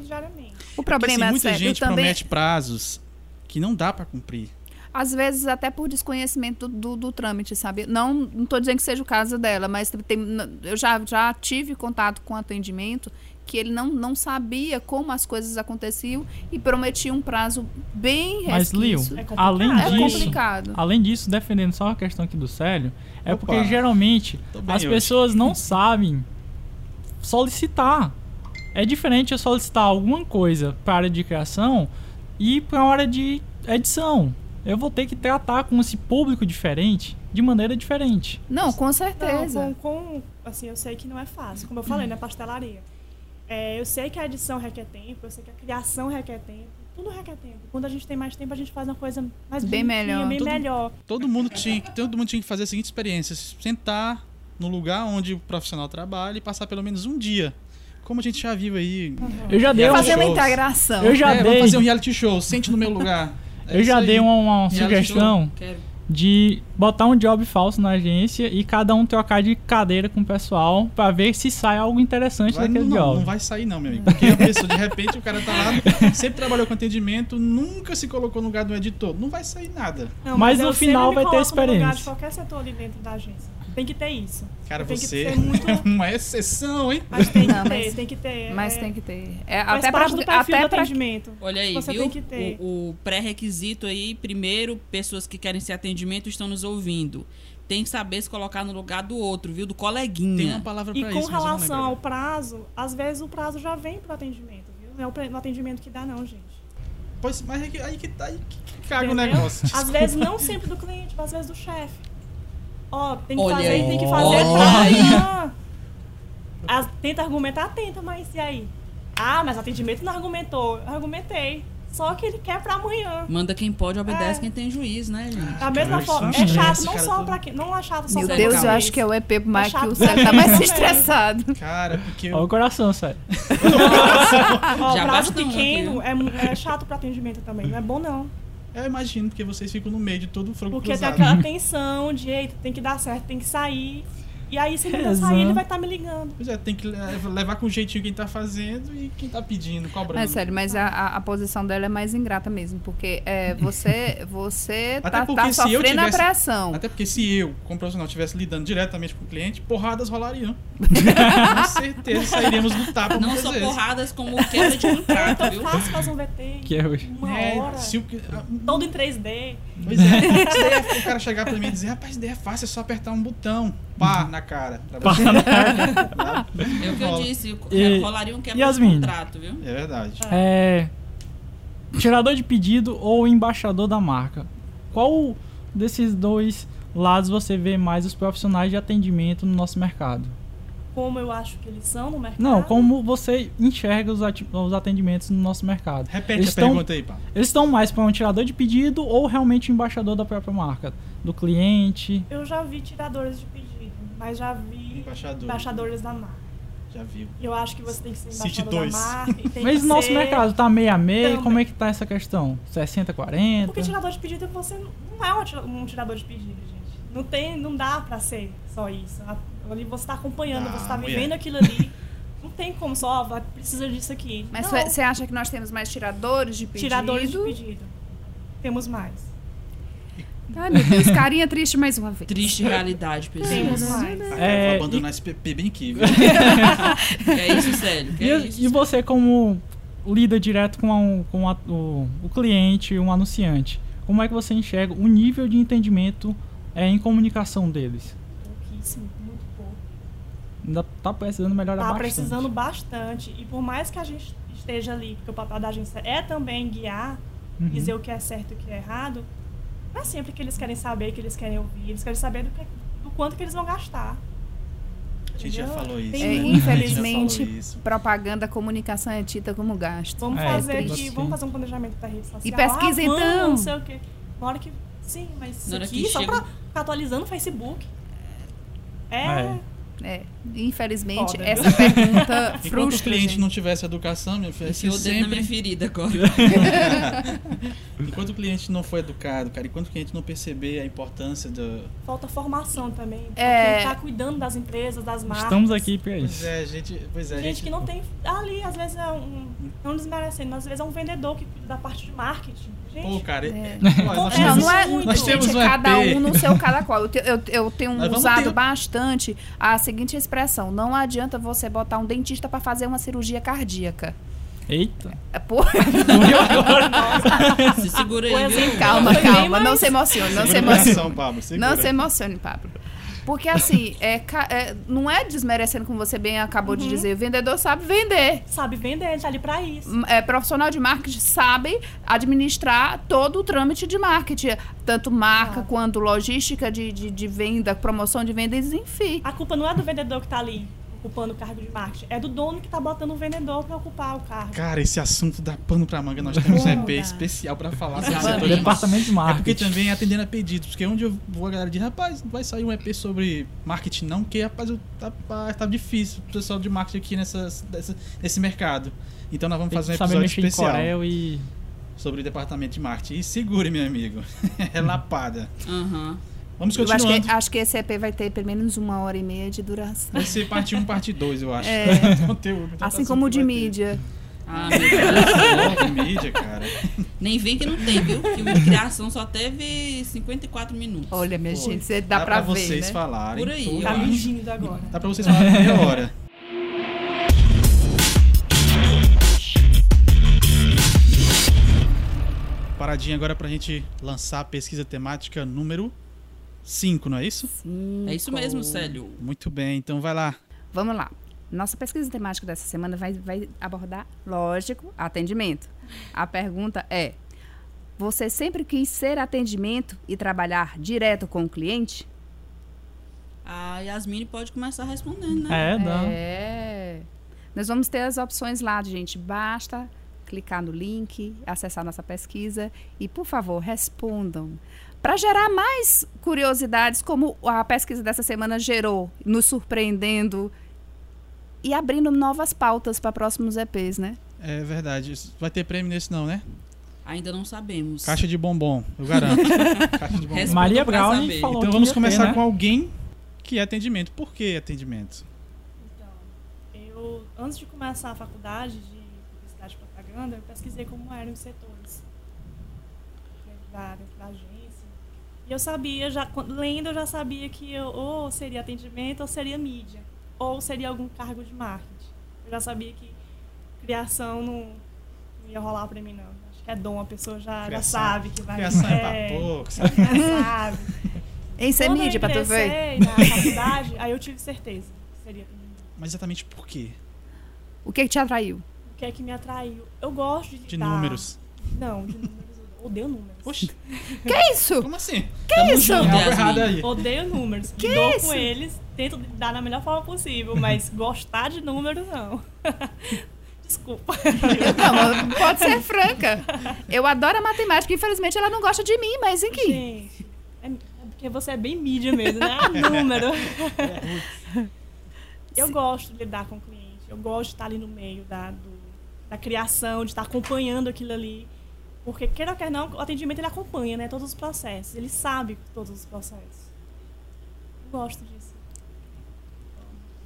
O
diariamente.
Porque, assim,
problema
muita
é sério.
gente
eu também,
promete prazos que não dá pra cumprir.
às vezes até por desconhecimento do, do, do trâmite, sabe? Não, não tô dizendo que seja o caso dela, mas tem- n- eu já, já tive contato com atendimento que ele não, não sabia como as coisas aconteciam e prometia um prazo bem
Mas, Lil,
resquício.
É complicado.
além
é
disso,
complicado.
Além disso, defendendo só a questão aqui do Célio, é
Opa.
porque geralmente
Tô bem
as
hoje.
pessoas não sabem solicitar. É diferente eu solicitar alguma coisa para área de criação e para a área de edição. Eu vou ter que tratar com esse público diferente de maneira diferente.
Não, com
Não,
certeza.
com, com- assim, eu sei que não é fácil, como eu falei, né, pastelaria. É, eu sei que a edição requer tempo, eu sei que a criação requer tempo, tudo requer tempo. Quando a gente tem mais tempo, a gente faz uma coisa mais
Bem
bonitinha,
melhor.
bem
Tudo-
melhor.
Todo mundo tinha, que- todo mundo tinha que fazer a seguinte experiência: sentar no lugar onde o profissional trabalha e passar pelo menos um dia. Como a gente já viu aí.
Eu já dei,
Eu
um-
Fazer uma
shows.
integração.
eu já
É, vamos
dei,
fazer um reality show, sente no meu lugar. É
eu já
isso aí.
dei uma, uma
Reality
sugestão
Quero.
de botar um job falso na agência e cada um trocar de cadeira com o pessoal para ver se sai algo interessante
Vai- não,
daquele job.
não vai sair, não, meu amigo. Porque a pessoa, de repente, o cara tá lá, sempre trabalhou com atendimento, nunca se colocou no lugar do editor. Não vai sair nada.
Não,
Mas no
eu sempre
final
me
vai ter
coloco no lugar de
experiência.
qualquer setor ali dentro da agência. Tem que ter isso.
Cara,
tem
você
que ser muito.
é [LAUGHS] uma exceção, hein?
Mas tem
[LAUGHS]
que
Não,
ter,
mas-
tem que ter.
Mas
é,
tem que ter. É,
faz
até pra,
parte do perfil
até
do
pra
atendimento.
Olha aí,
Você
viu?
tem que ter.
O, o pré-requisito aí, primeiro, pessoas que querem ser atendimento estão nos ouvindo. Tem que saber se colocar no lugar do outro, viu? Do
Tem uma
coleguinha.
palavra
E
pra
com
isso. mas eu não lembro
relação
agora.
ao prazo, às vezes o prazo já vem pro atendimento, viu? Não é o pre- o atendimento que dá, não, gente.
Pois, mas é que- aí que, tá- aí que- que caga o
Entendeu?
negócio.
Às vezes não sempre do cliente, mas às vezes do chefe. Ó, tem que
Olha
fazer,
aí.
tem que fazer
Olha
pra
aí.
amanhã. As- tenta argumentar, tenta, mas e aí? Ah, mas atendimento não argumentou. Eu argumentei. Só que ele quer pra amanhã.
Manda quem pode, obedece
É.
quem tem juiz, né, gente?
Da mesma
Cara,
forma,
isso é
é
um
chato
estresse,
não
cara,
só
todo.
pra quem. Não é chato só
Meu
pra
Deus,
quem
eu
fez.
acho que é o EP mais que
chato
o Célio tá
também. [LAUGHS]
mais estressado.
Cara, porque eu-
Olha o coração, sério.
Já
Ó, Ah, o prazo
basta um,
pequeno é, mu- é chato pra atendimento também. Não é bom, não.
eu imagino, porque vocês ficam no meio de todo o frango
Porque é tem
cruzado.
aquela tensão de eita, tem que dar certo, tem que sair. E aí, se ele não
Exato.
sair, ele vai estar me ligando.
Pois é, tem que le- levar com jeitinho quem tá fazendo e quem tá pedindo, cobrando.
É sério, mas a, a- a posição dela é mais ingrata mesmo, porque é, você, você
Até
tá,
porque
tá
se eu
sofrendo
tivesse-
a pressão.
Até porque se eu, como profissional, estivesse lidando diretamente com o cliente, porradas
[LAUGHS]
rolariam. com certeza sairíamos do tapa
Não
muitas
só
vezes.
porradas, como quebra de contrato, viu?
Fácil fazer um VT.
Que é hoje.
Uma
É,
hora.
se o, cli- ah,
Então,
Todo em 3D.
pois é, se daí o cara chegar pra mim e dizer, rapaz, ideia é fácil, é só apertar um botão. Pá, na cara. Pra você.
É o que eu
Rola.
disse,
E-
rolaria um quebra de
Yasmin?
contrato, viu?
É verdade.
É. Tirador de pedido ou embaixador da marca? Qual desses dois lados você vê mais os profissionais de atendimento no nosso mercado?
como eu acho que eles são no mercado.
Não, como você enxerga os, ati- os atendimentos no nosso mercado?
Repete
Eles
a
estão-
pergunta aí, pá.
Eles estão mais para um tirador de pedido ou realmente o embaixador da própria marca? Do cliente?
Eu já vi tiradores de pedido, mas já vi
Embaixador.
embaixadores da marca.
Já viu.
E Eu acho que você tem que ser
Cite
embaixador
dois.
da marca. e tem
Mas
que
nosso
ser-
mercado tá meio a meio,
Também.
como é que tá essa questão? 60, 40?
Porque tirador de pedido você não é um tira- um tirador de pedido, gente. Não tem, não dá pra ser só isso. A- Ali você tá acompanhando,
Ah,
você tá
mulher.
vivendo aquilo ali. Não tem como só, "Ah, precisa disso aqui.
Mas
não.
você acha que nós temos mais tiradores de pedido?
tiradores de pedido. Temos mais.
Ai, meu Deus, carinha triste mais uma vez.
Triste realidade, pessoal.
Temos mais.
Ah,
É,
eu vou abandonar esse PP bem aqui, viu?
Que é isso, sério. Que
E,
é
e
isso.
você como lida direto com, a- um- com a- o, o cliente, um anunciante, como é que você enxerga o nível de entendimento é, em comunicação deles?
Pouquíssimo, muito pouco.
Ainda tá precisando melhorar
Tá
bastante.
precisando bastante. E por mais que a gente esteja ali, porque o papel da agência é também guiar,
Uhum.
dizer o que é certo e o que é errado, não é sempre que eles querem saber, que eles querem ouvir, eles querem saber do, que- é, do quanto que eles vão gastar.
A gente já
Entendeu?
falou isso.
Tem
né?
muito.
A gente já
Infelizmente,
falou isso.
Propaganda, comunicação é tida como gasto.
Vamos
É,
fazer
tem
aqui,
isso,
vamos
sim.
fazer um planejamento da rede social.
E pesquisa,
ah, vamos,
então.
Não sei o quê. Na hora que. Sim, mas isso
Na hora
aqui
que
só
chega-
pra ficar atualizando o Facebook. É.
É.
É, infelizmente,
Foda, né?
essa pergunta
[LAUGHS] Enquanto o
frustra.
cliente
gente.
não tivesse educação, é minha filha,
Enfiou
você
o dedo na
sempre
minha ferida agora.
[LAUGHS]
Enquanto o cliente não for educado, cara, enquanto o cliente não perceber a importância do.
Falta formação também. pra
É.
Quem tá cuidando das empresas, das marcas.
Estamos aqui para isso.
é, gente. Pois é,
Gente, que não tem. Ali, às vezes é um. Não desmerecendo, mas às vezes é um vendedor que cuida da parte de marketing. Gente,
Pô, cara,
É.
olha, nós
É,
Não,
temos-
não é.
muito.
Nós
gente,
temos um
é cada
EP.
um no seu cada qual. Eu, te- eu- eu tenho
Nós vamos
usado
ter-
bastante a seguinte expressão: não adianta você botar um dentista para fazer uma cirurgia cardíaca.
[LAUGHS]
Eita.
É, Pô,
Se segura aí,
Pois
viu?
calma,
Foi bem
calma.
mais-
Não se emocione, não se
Segura o
emocione.
coração, Pablo, segura.
Não se emocione, Pablo. Porque assim, é, ca- é, não é desmerecendo, como você bem acabou
Uhum.
de dizer, o vendedor sabe vender.
Sabe vender, ele tá ali pra isso.
M- é, profissional de marketing sabe administrar todo o trâmite de marketing, tanto marca
Claro.
quanto logística de, de, de venda, promoção de vendas, enfim.
A culpa não é do vendedor que tá ali ocupando o cargo de marketing, é do dono que tá botando o vendedor pra ocupar o cargo.
Cara, esse assunto dá pano pra manga. Nós temos um EP especial pra falar sobre o
[LAUGHS]
setor de
Departamento de
É porque
marketing.
também é atendendo a pedidos, porque onde eu vou a galera diz, rapaz, vai sair um EP sobre marketing não, porque rapaz, eu- rapaz tá difícil o pessoal de marketing aqui nessa, dessa- nesse mercado. Então nós vamos
Tem que
fazer um
saber
episódio
mexer em
especial
Corel e
sobre o departamento de marketing. E segure, meu amigo. [LAUGHS] é lapada.
assim?
Aham.
Vamos
Eu acho
continuando.
que, é- acho que esse EP vai ter pelo menos uma hora e meia de duração.
Vai ser parte 1, parte 2, eu acho. [LAUGHS]
É.
Conteúdo, tá tanto
Assim
assunto
como o
que
de
vai ter.
mídia.
Ah, meu Deus.
Logo, mídia, cara.
Nem vem que não tem, viu? Que o de criação só teve 54 minutos.
Olha, minha
Pô,
gente, cê dá, pra, ver,
vocês
né?
falarem.
Por aí, é
tudo.
eu
Tá
acho.
medindo agora.
Dá pra vocês falarem meia hora. Paradinha agora pra gente lançar a pesquisa temática número 5, não é isso?
É isso mesmo, Célio.
Muito bem, então vai lá.
Vamos lá. Nossa pesquisa temática dessa semana vai, vai abordar, lógico, atendimento. A pergunta é: Você sempre quis ser atendimento e trabalhar direto com o cliente?
A Yasmine pode começar respondendo, né?
é, dá.
É. Nós vamos ter as opções lá, gente. Basta clicar no link, acessar nossa pesquisa e, por favor, respondam. Para gerar mais curiosidades, como a pesquisa dessa semana gerou, nos surpreendendo e abrindo novas pautas para próximos EPs, né?
É verdade. Vai ter prêmio nesse não, né?
Ainda não sabemos.
Caixa de bombom, eu garanto. Caixa de bombom.
Responda
Maria
pra
Brown
saber.
falou
Então
que
vamos
ia ter,
começar
né?
com alguém que é atendimento. Por que atendimento?
Então, Eu, antes de começar a faculdade de publicidade e propaganda, eu pesquisei como eram os setores dentro da, dentro da agência. E eu sabia, já, quando- lendo, eu já sabia que eu ou seria atendimento ou seria mídia, ou seria algum cargo de marketing. Eu já sabia que criação não, não ia rolar pra mim, não. Acho que é dom, a pessoa já, já
Criação.
sabe que vai.
Criação é pra
é,
pouco, sabe?
já sabe.
Em ser
Quando eu
mídia, para tu ver.
ingressei na faculdade, aí eu tive certeza que seria atendimento.
Mas exatamente por quê?
O que, que te atraiu?
O que é que me atraiu? Eu gosto de
De
lidar-
números.
Não, de números eu gosto. Odeio números.
Poxa,
Que isso?
como assim?
Que isso?
Tem algo
Yasmin.
errado aí.
Odeio números.
Que
Dou
isso?
com eles, tento dar da melhor forma possível, mas gostar de números, não. [LAUGHS] Desculpa.
Não, pode ser franca. Eu adoro a matemática. Infelizmente, ela não gosta de mim, mas em que?
Gente, é, é porque você é bem mídia mesmo, né? Ah, número. eu gosto de lidar com o cliente, eu gosto de estar ali no meio da, do- da criação, de estar acompanhando aquilo ali. Porque, queira ou quer não, o atendimento ele acompanha né, todos os processos, ele sabe todos os processos. Eu gosto disso.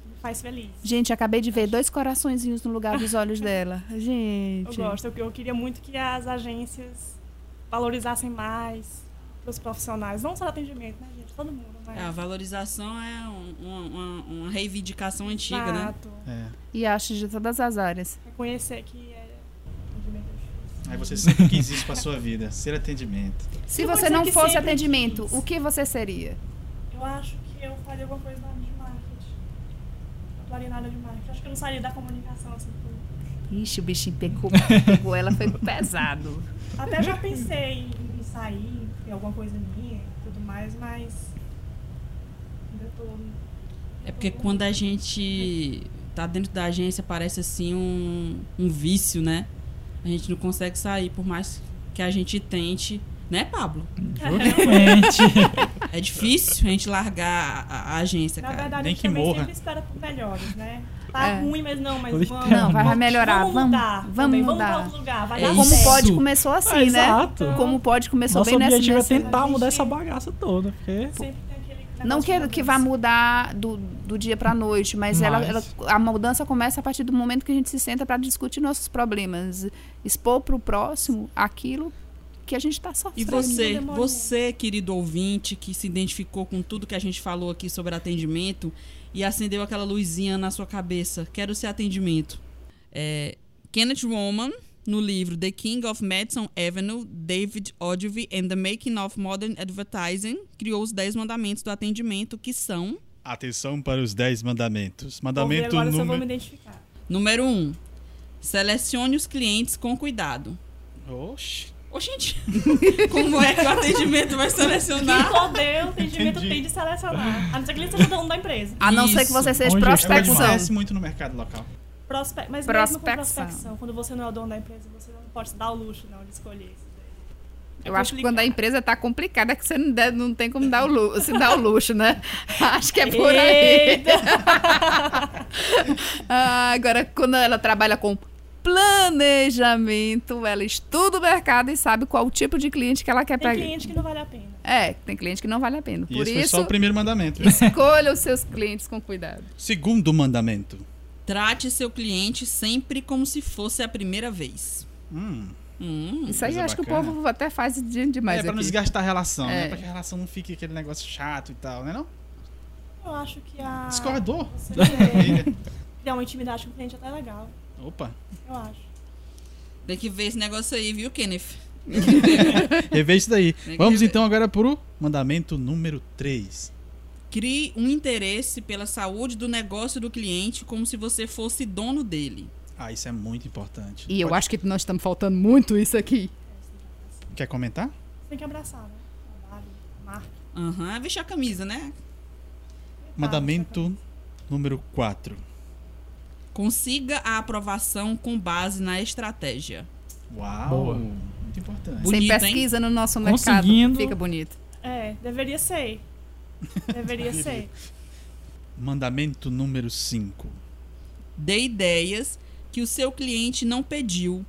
Me faz feliz.
Gente, acabei de ver dois coraçõezinhos no lugar dos olhos dela.
Eu
Gente.
gosto, eu, eu queria muito que as agências valorizassem mais os profissionais, não só o atendimento, né, gente? Todo mundo, mas.
É, a valorização é um- um- uma, uma reivindicação antiga, né?
Exato.
É.
E acho de todas as áreas.
reconhecer que é atendimento é difícil.
Aí você sempre quis isso pra sua vida, ser atendimento.
Se
Eu vou
você
dizer
não
que
fosse
sempre
atendimento,
quis.
o que você seria?
Eu acho que eu faria alguma coisa na área de marketing. Eu atuaria na área de marketing. Acho que eu não sairia da comunicação assim. por-
Ixi, o bichinho [LAUGHS] pegou, pegou ela, foi pesado.
Até já pensei em, em sair, em alguma coisa minha e tudo mais, mas ainda tô.
É porque quando a gente tá dentro da agência, parece assim um, um vício, né? A gente não consegue sair, por mais que a gente tente. Né, Pablo?
Justamente.
É difícil a gente largar a, a agência,
Na
cara.
verdade,
Nem
a gente
que
também
morra.
sempre espera por melhores, né? Tá
É.
ruim, mas não, mas
Pois
vamos.
é.
Não, vai, vai melhorar.
Vamos mudar.
Vamos,
também,
mudar.
Vamos pra outro lugar. Vai
É
dar
isso.
Como
certo.
pode começou assim, né?
Exato.
Como pode começou
Nosso
bem nessa.
objetivo
nessa-
é tentar
nessa-
mudar essa bagaça toda, porque
Sempre tem aquele
Não
negócio
quero
de
que vá
mudança.
mudar do, do dia para noite, mas, Ela,
Mas-
ela- a mudança começa a partir do momento que a gente se senta para discutir nossos problemas, expor para o próximo aquilo que a gente está
E
sofrendo.
você,
demorou.
você, querido ouvinte, que se identificou com tudo que a gente falou aqui sobre atendimento e acendeu aquela luzinha na sua cabeça, quero ser atendimento. É, Kenneth Roman, no livro The King of Madison Avenue, David Ogilvy and the Making of Modern Advertising, criou os 10 mandamentos do atendimento, que são...
Atenção para os 10 mandamentos.
Vou ver
Mandamento
agora se eu vou me
número.
identificar.
Número 1, um, selecione os clientes com cuidado.
Oxi. É
Ô, gente, [LAUGHS] como é que o atendimento vai selecionar?
Que poder o atendimento
Entendi.
tem de selecionar. A não ser que ele seja dono da empresa.
A não ser que
Isso.
você seja
Onde
É o que
prospecção.
acontece muito no mercado local.
Prospe mas mesmo com
Prospecção.
prospecção, quando você não é o dono da empresa, você não pode se dar o luxo não, de escolher. isso daí. É
Eu acho que quando a empresa está complicada, é que você não, deve- não tem como dar o luxo, se dar o luxo, né? [LAUGHS] Acho que é por aí. É
Eita!
[LAUGHS] Ah, agora, quando ela trabalha com planejamento, ela estuda o mercado e sabe qual o tipo de cliente que ela quer
Tem
pegar.
cliente que não vale a pena.
É, tem cliente que não vale a pena.
E
Por
esse foi
[LAUGHS] isso,
só um o primeiro mandamento.
escolha os seus clientes com cuidado.
Segundo mandamento.
Trate seu cliente sempre como se fosse a primeira vez.
Hum.
Hum.
Isso aí eu
coisa
acho que
bacana.
o povo até faz de-
É
demais
pra não
aqui.
desgastar a relação,
É.
né? Pra que a relação não fique aquele negócio chato e tal, né não?
Eu acho que
Ah. [LAUGHS]
a.
Discordou?
Você [LAUGHS] quer criar uma intimidade com o cliente é até legal.
Opa.
Eu acho.
Tem que ver esse negócio aí, viu, Kenneth?
Reveja isso daí.
Tem que
Vamos
rever.
então agora pro mandamento número 3.
Crie um interesse pela saúde do negócio do cliente como se você fosse dono dele.
Ah, isso é muito importante.
E eu
Pode-
acho que nós estamos faltando muito isso aqui.
Quer comentar?
Ah,
Você tem que abraçar, né? O Trabalho, a marca.
Aham, é vestir a camisa, né?
Mandamento número 4.
Consiga a aprovação com base na estratégia.
Uau.
Boa.
Muito importante.
Bonito,
Sem
hein?
pesquisa no nosso mercado,
Conseguindo.
fica bonito.
É, deveria ser. Deveria ser.
Mandamento número 5.
Dê ideias que o seu cliente não pediu.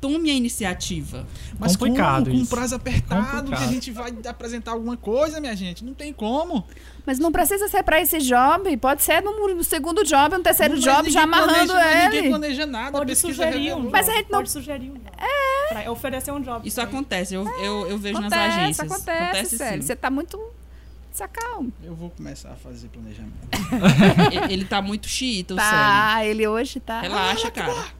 Tome a iniciativa.
Mas
Complicado
como? Com um
isso.
prazo apertado que
Complicado.
a gente vai apresentar alguma coisa, minha gente. Não tem como.
Mas não precisa ser para esse job, pode ser no no segundo job, no terceiro
Não, mas
job, já
ninguém
amarrando
planeja, mas
ele.
Ninguém planeja nada.
Pode
pesquisa é
sugerir
revelou.
um job.
Mas a gente não- É.
Pode sugerir um job. Pra oferecer um job.
Isso
pra ele.
acontece, eu, eu, eu vejo nas
Acontece,
agências.
acontece, Célio.
sim.
Você tá muito. Se acalma.
Eu vou começar a fazer planejamento.
Ele- Ele tá muito chiita, o Célio.
Tá, ele hoje tá.
Relaxa, cara.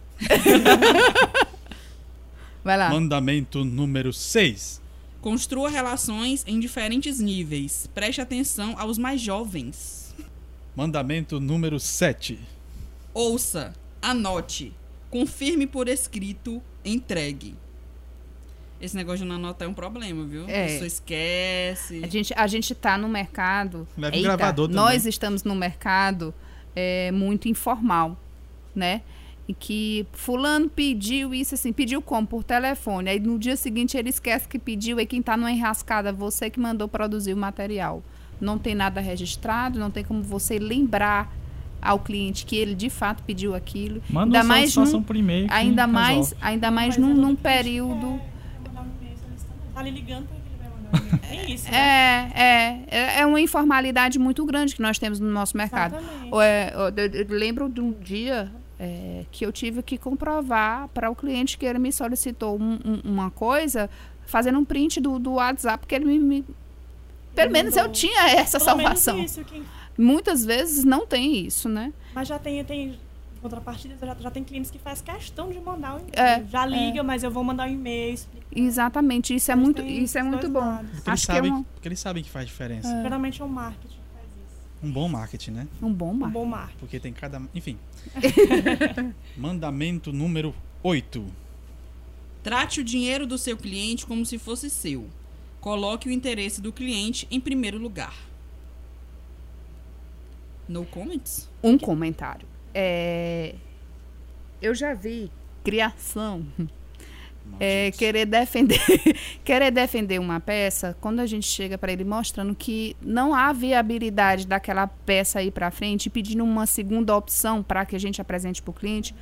Vai lá.
Mandamento número 6.
Construa relações em diferentes níveis. Preste atenção aos mais jovens.
Mandamento número 7.
Ouça, anote, confirme por escrito, entregue. Esse negócio de não anotar é um problema, viu?
É.
A pessoa esquece.
A gente, a gente tá no mercado.
Leva um gravador também.
nós estamos no mercado é, muito informal, né? E que fulano pediu isso assim, pediu como? Por telefone. Aí no dia seguinte ele esquece que pediu, e quem tá numa enrascada, é você que mandou produzir o material. Não tem nada registrado, não tem como você lembrar ao cliente que ele de fato pediu aquilo.
Manda
Ainda
uma
mais
solicitação
num-
por e-mail. que
Ainda
resolve.
mais, ainda mais
Mas
num,
eu tô
num
triste,
período
é, mandar um e-mail solicitando. Tá ali ligando pra ele vai mandar um
[LAUGHS]
e-mail. É isso, né?
É, é, é- é uma informalidade muito grande que nós temos no nosso mercado.
Exatamente.
Ou é- ou de- eu lembro de um dia é, que eu tive que comprovar para o cliente que ele me solicitou um- um- uma coisa, fazendo um print do, do WhatsApp, que ele me. me- pelo
Ele
menos eu
mandou.
tinha essa
Uhum. Pelo menos
salvação.
isso, quem-
Muitas vezes não tem isso, né?
Mas já tem, tem em contrapartida, já, já tem clientes que faz questão de mandar um e-mail.
É,
já liga, mas eu vou mandar um e-mail. explica.
Exatamente, isso é
Mas
muito,
tem
isso é
esses
muito
dois
bom.
lados.
Porque eles,
Acho que é
sabem,
uma-
porque eles sabem que faz diferença.
Ah.
Geralmente é o marketing que faz isso.
Um bom marketing, né?
Um bom
Um
marco.
bom marketing.
Porque tem cada.
[LAUGHS]
Enfim. Mandamento número 8.
Trate o dinheiro do seu cliente como se fosse seu. Coloque o interesse do cliente em primeiro lugar. No comments?
um comentário. É, eu já vi criação é, querer defender [LAUGHS] querer defender uma peça quando a gente chega para ele mostrando que não há viabilidade daquela peça aí para frente e pedindo uma segunda opção para que a gente apresente para o cliente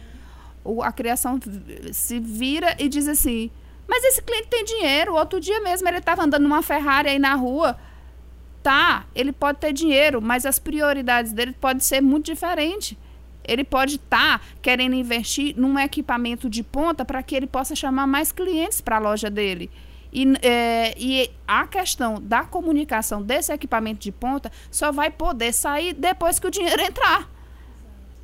o- a criação v- se vira e diz assim mas esse cliente tem dinheiro outro dia mesmo ele estava andando numa Ferrari aí na rua tá, ele pode ter dinheiro, mas as prioridades dele podem ser muito diferentes. Ele pode estar querendo investir num equipamento de ponta para que ele possa chamar mais clientes para a loja dele. E, n- é, e a questão da comunicação desse equipamento de ponta só vai poder sair depois que o dinheiro entrar.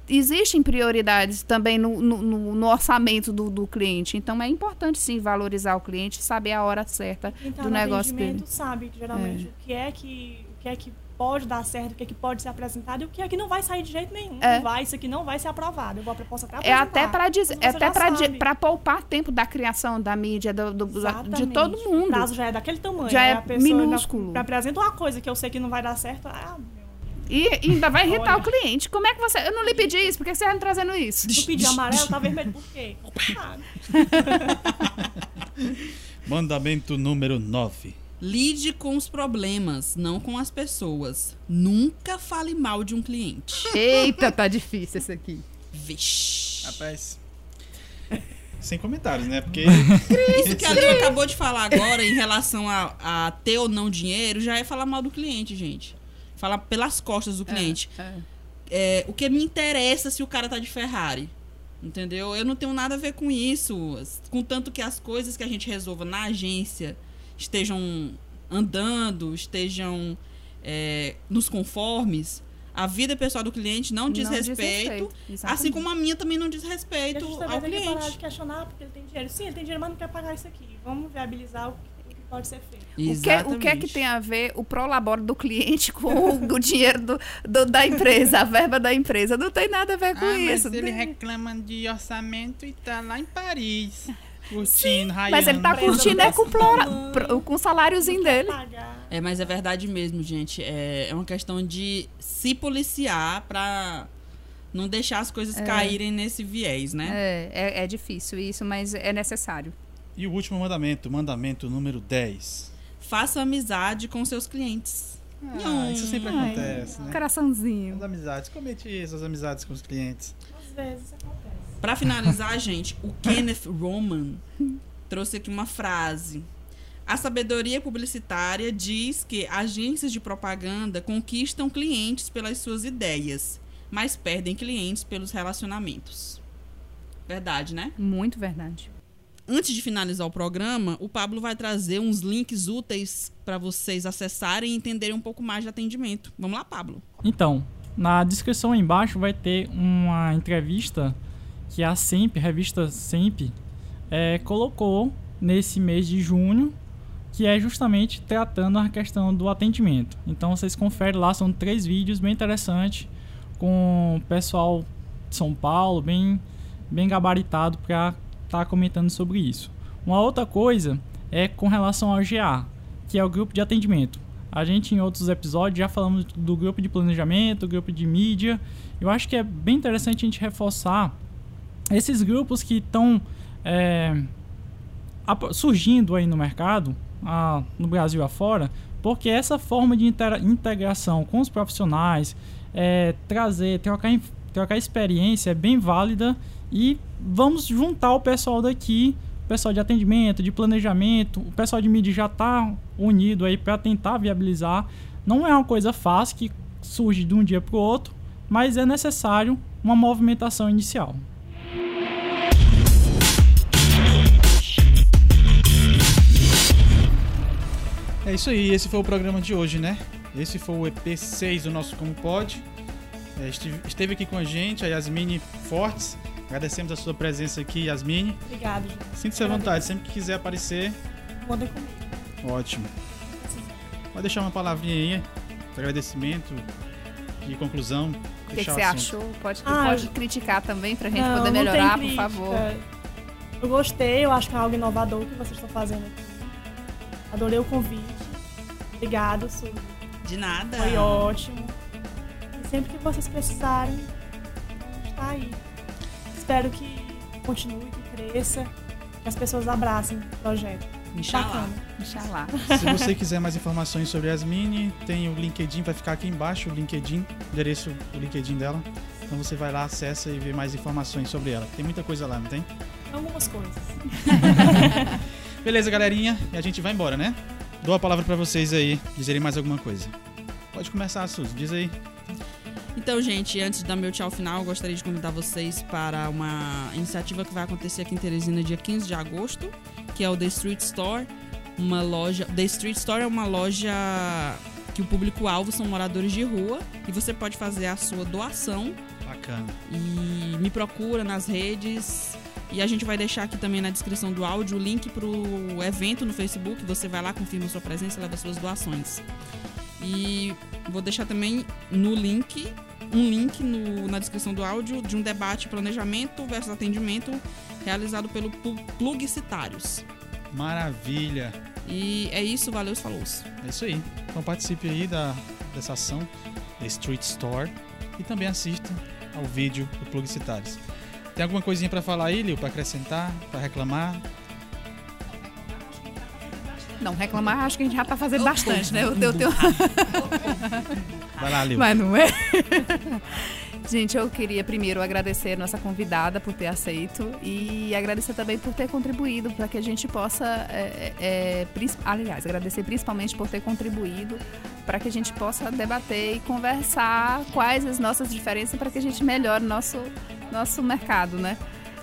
Existem prioridades também no, no- no- no orçamento do, do cliente. Então é importante sim valorizar o cliente, saber a hora certa
Quem tá
do
no
negócio
atendimento
dele.
sabe geralmente o que é que o que é que pode dar certo, o que é que pode ser apresentado e o que é que não vai sair de jeito nenhum.
É.
Não vai, isso aqui não vai ser aprovado. Eu vou, posso até
É
apresentar.
até para dizer,
Mas
é
você
até
já
para
sabe.
para poupar tempo da criação da mídia do- do- do- de
Exatamente.
todo
O
mundo.
prazo já é daquele tamanho.
Já
né?
é
a pessoa ainda
minúsculo.
Me apresenta uma coisa que eu sei que não vai dar certo. Ah, meu.
E ainda vai irritar o
Olha.
cliente. Como é que você, eu não lhe pedi isso, por que você está me trazendo isso?
Eu pedi amarelo, tá vermelho. Por [LAUGHS] quê? Ah,
Mandamento número 9.
Lide com os problemas, não com as pessoas. Nunca fale mal de um cliente.
Eita, tá difícil esse aqui.
[LAUGHS]
Vixe.
Rapaz. Sem comentários, né? [LAUGHS] Porque.
Isso que a Lina acabou de falar agora em relação a, a ter ou não dinheiro já é falar mal do cliente, gente. Falar pelas costas do cliente. É, o que me interessa se o cara tá de Ferrari. Entendeu? Eu não tenho nada a ver com isso. Contanto que as coisas que a gente resolva na agência estejam andando, estejam é, nos conformes, a vida pessoal do cliente
Um
não diz respeito. Assim como a minha também não diz
E a
respeito
gente
ao
também tem que parar de
cliente.
questionar porque ele tem dinheiro. Sim, ele tem dinheiro, mas não quer pagar isso aqui. Vamos viabilizar o que- o que pode ser feito.
o que, o que é que
Exatamente.
tem a ver o prolabore do cliente com o, o dinheiro do- do- da empresa, a verba da empresa? Não tem nada a ver É
Ah,
com isso. né?
reclama de orçamento e tá lá em Paris. Curtindo,
Mas ele tá
Empresa não
curtindo é com,
passa
plora-
tamanho.
pro- com o saláriozinho dele.
Pagar.
É, mas é verdade mesmo, gente. É, é uma questão de se policiar pra não deixar as coisas caírem nesse viés, né?
É, é, é difícil isso, mas é necessário.
E o último mandamento, mandamento número 10.
Faça amizade com seus clientes.
Ah, isso sempre
Ai.
acontece, né?
Coraçãozinho.
As amizades, comete essas amizades com os clientes.
Às vezes acontece.
Pra
[LAUGHS]
finalizar, gente, o Kenneth Roman trouxe aqui uma frase. A sabedoria publicitária diz que agências de propaganda conquistam clientes pelas suas ideias, mas perdem clientes pelos relacionamentos. Verdade, né?
Muito verdade.
Antes de finalizar o programa, o Pablo vai trazer uns links úteis para vocês acessarem e entenderem um pouco mais de atendimento. Vamos lá, Pablo.
Então, na descrição aí embaixo vai ter uma entrevista que a SEMP, revista SEMP, eh, colocou nesse mês de junho, que é justamente tratando a questão do atendimento. Então vocês conferem lá, são três vídeos bem interessantes com o pessoal de São Paulo, tá bem, bem gabaritado para estar comentando sobre isso. Uma outra coisa é com relação ao GA, que é o grupo de atendimento. A gente, em outros episódios, já falamos do grupo de planejamento, grupo de mídia. Eu acho que é bem interessante a gente reforçar esses grupos que estão é, surgindo aí no mercado, a, no Brasil afora, porque essa forma de integração com os profissionais, é, trazer, trocar, trocar experiência é bem válida e vamos juntar o pessoal daqui, o pessoal de atendimento, de planejamento, o pessoal de mídia já está unido aí para tentar viabilizar. Não é uma coisa fácil que surge de um dia para o outro, mas é necessário uma movimentação inicial.
É isso aí, esse foi o programa de hoje, né? Esse foi o EP6 do nosso Como Pode. É, esteve aqui com a gente a Yasmine Fortes. Agradecemos a sua presença aqui, Yasmine.
Obrigado, gente.
Sinta-se à vontade, sempre que quiser aparecer.
Manda comigo.
Ótimo. Pode deixar uma palavrinha aí, agradecimento e conclusão.
O que, que
fechar
você
o assunto.
achou? Pode,
Ah,
pode
eu-
criticar também pra gente
Não,
poder
não tem
melhorar, por
crítica.
favor.
Eu gostei, eu acho que é algo inovador que vocês estão fazendo aqui. Adorei o convite. Obrigado, Sul.
De nada.
Foi ótimo. E sempre que vocês precisarem, está aí. Espero que continue, que cresça, que as pessoas abracem o projeto.
Inxalá.
Bacana.
Inxalá.
Se você quiser mais informações sobre a Yasmine, tem o LinkedIn, vai ficar aqui embaixo o LinkedIn, o endereço do LinkedIn dela. Então você vai lá, acessa e vê mais informações sobre ela. Tem muita coisa lá, não tem?
Algumas coisas.
Beleza, galerinha, e a gente vai embora, né? Dou a palavra pra vocês aí, dizerem mais alguma coisa. Pode começar, Suzy, diz aí.
Então, gente, antes de dar meu tchau final, eu gostaria de convidar vocês para uma iniciativa que vai acontecer aqui em Teresina dia 15 de agosto, que é o The Street Store, uma loja. The Street Store é uma loja que o público-alvo são moradores de rua e você pode fazer a sua doação
Bacana.
e me procura nas redes. E a gente vai deixar aqui também na descrição do áudio o link pro evento no Facebook. Você vai lá, confirma sua presença, leva suas doações. E vou deixar também no link, um link no- na descrição do áudio de um debate planejamento versus atendimento realizado pelo Plu- Plugitários.
Maravilha.
E é isso, valeu, falou.
É isso aí. Então participe aí da, dessa ação da Street Store e também assista ao vídeo do Publicitários. Tem alguma coisinha pra falar aí, Lil? Pra acrescentar, pra reclamar?
Não, reclamar acho que a gente já tá fazendo bastante, né? O teu, teu...
Vai lá, Lil.
Mas não é? [LAUGHS] Gente, eu queria primeiro agradecer a nossa convidada por ter aceito e agradecer também por ter contribuído para que a gente possa, é, é, pris- aliás, agradecer principalmente por ter contribuído para que a gente possa debater e conversar quais as nossas diferenças para que a gente melhore nosso nosso mercado, né?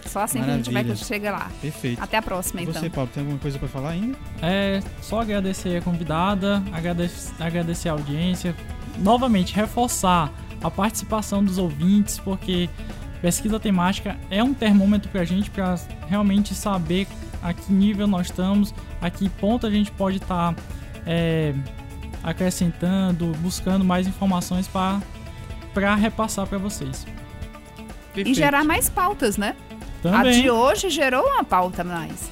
Só assim que a gente vai
Maravilha.
chegar lá.
Perfeito.
Até a próxima,
E
então.
você, Paulo, tem alguma coisa pra falar ainda?
É só agradecer a convidada, agradece- agradecer a audiência, novamente reforçar a participação dos ouvintes, porque pesquisa temática é um termômetro para a gente para realmente saber a que nível nós estamos, a que ponto a gente pode estar acrescentando, buscando mais informações para repassar para vocês.
E
é Perfeito.
gerar mais pautas, né? A
Também.
de hoje gerou uma pauta mais.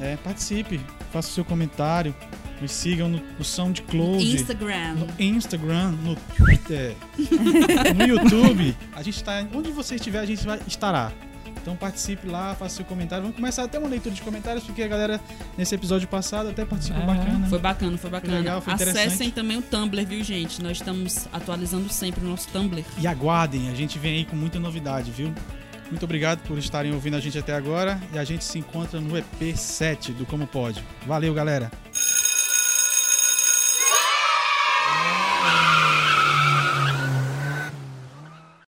É, participe, faça o seu comentário, nos sigam no, no SoundCloud,
Instagram.
no Instagram, no Twitter, [LAUGHS] no YouTube. A gente tá, onde você estiver, a gente vai, estará. Então participe lá, faça seu comentário. Vamos começar até uma leitura de comentários, porque a galera, nesse episódio passado, até participou
É.
bacana.
Foi bacana, foi bacana.
legal, foi
Acessem
interessante.
também o Tumblr, viu, gente? Nós estamos atualizando sempre o nosso Tumblr.
E aguardem, a gente vem aí com muita novidade, viu? Muito obrigado por estarem ouvindo a gente até agora e a gente se encontra no EP7 do Como Pode. Valeu, galera!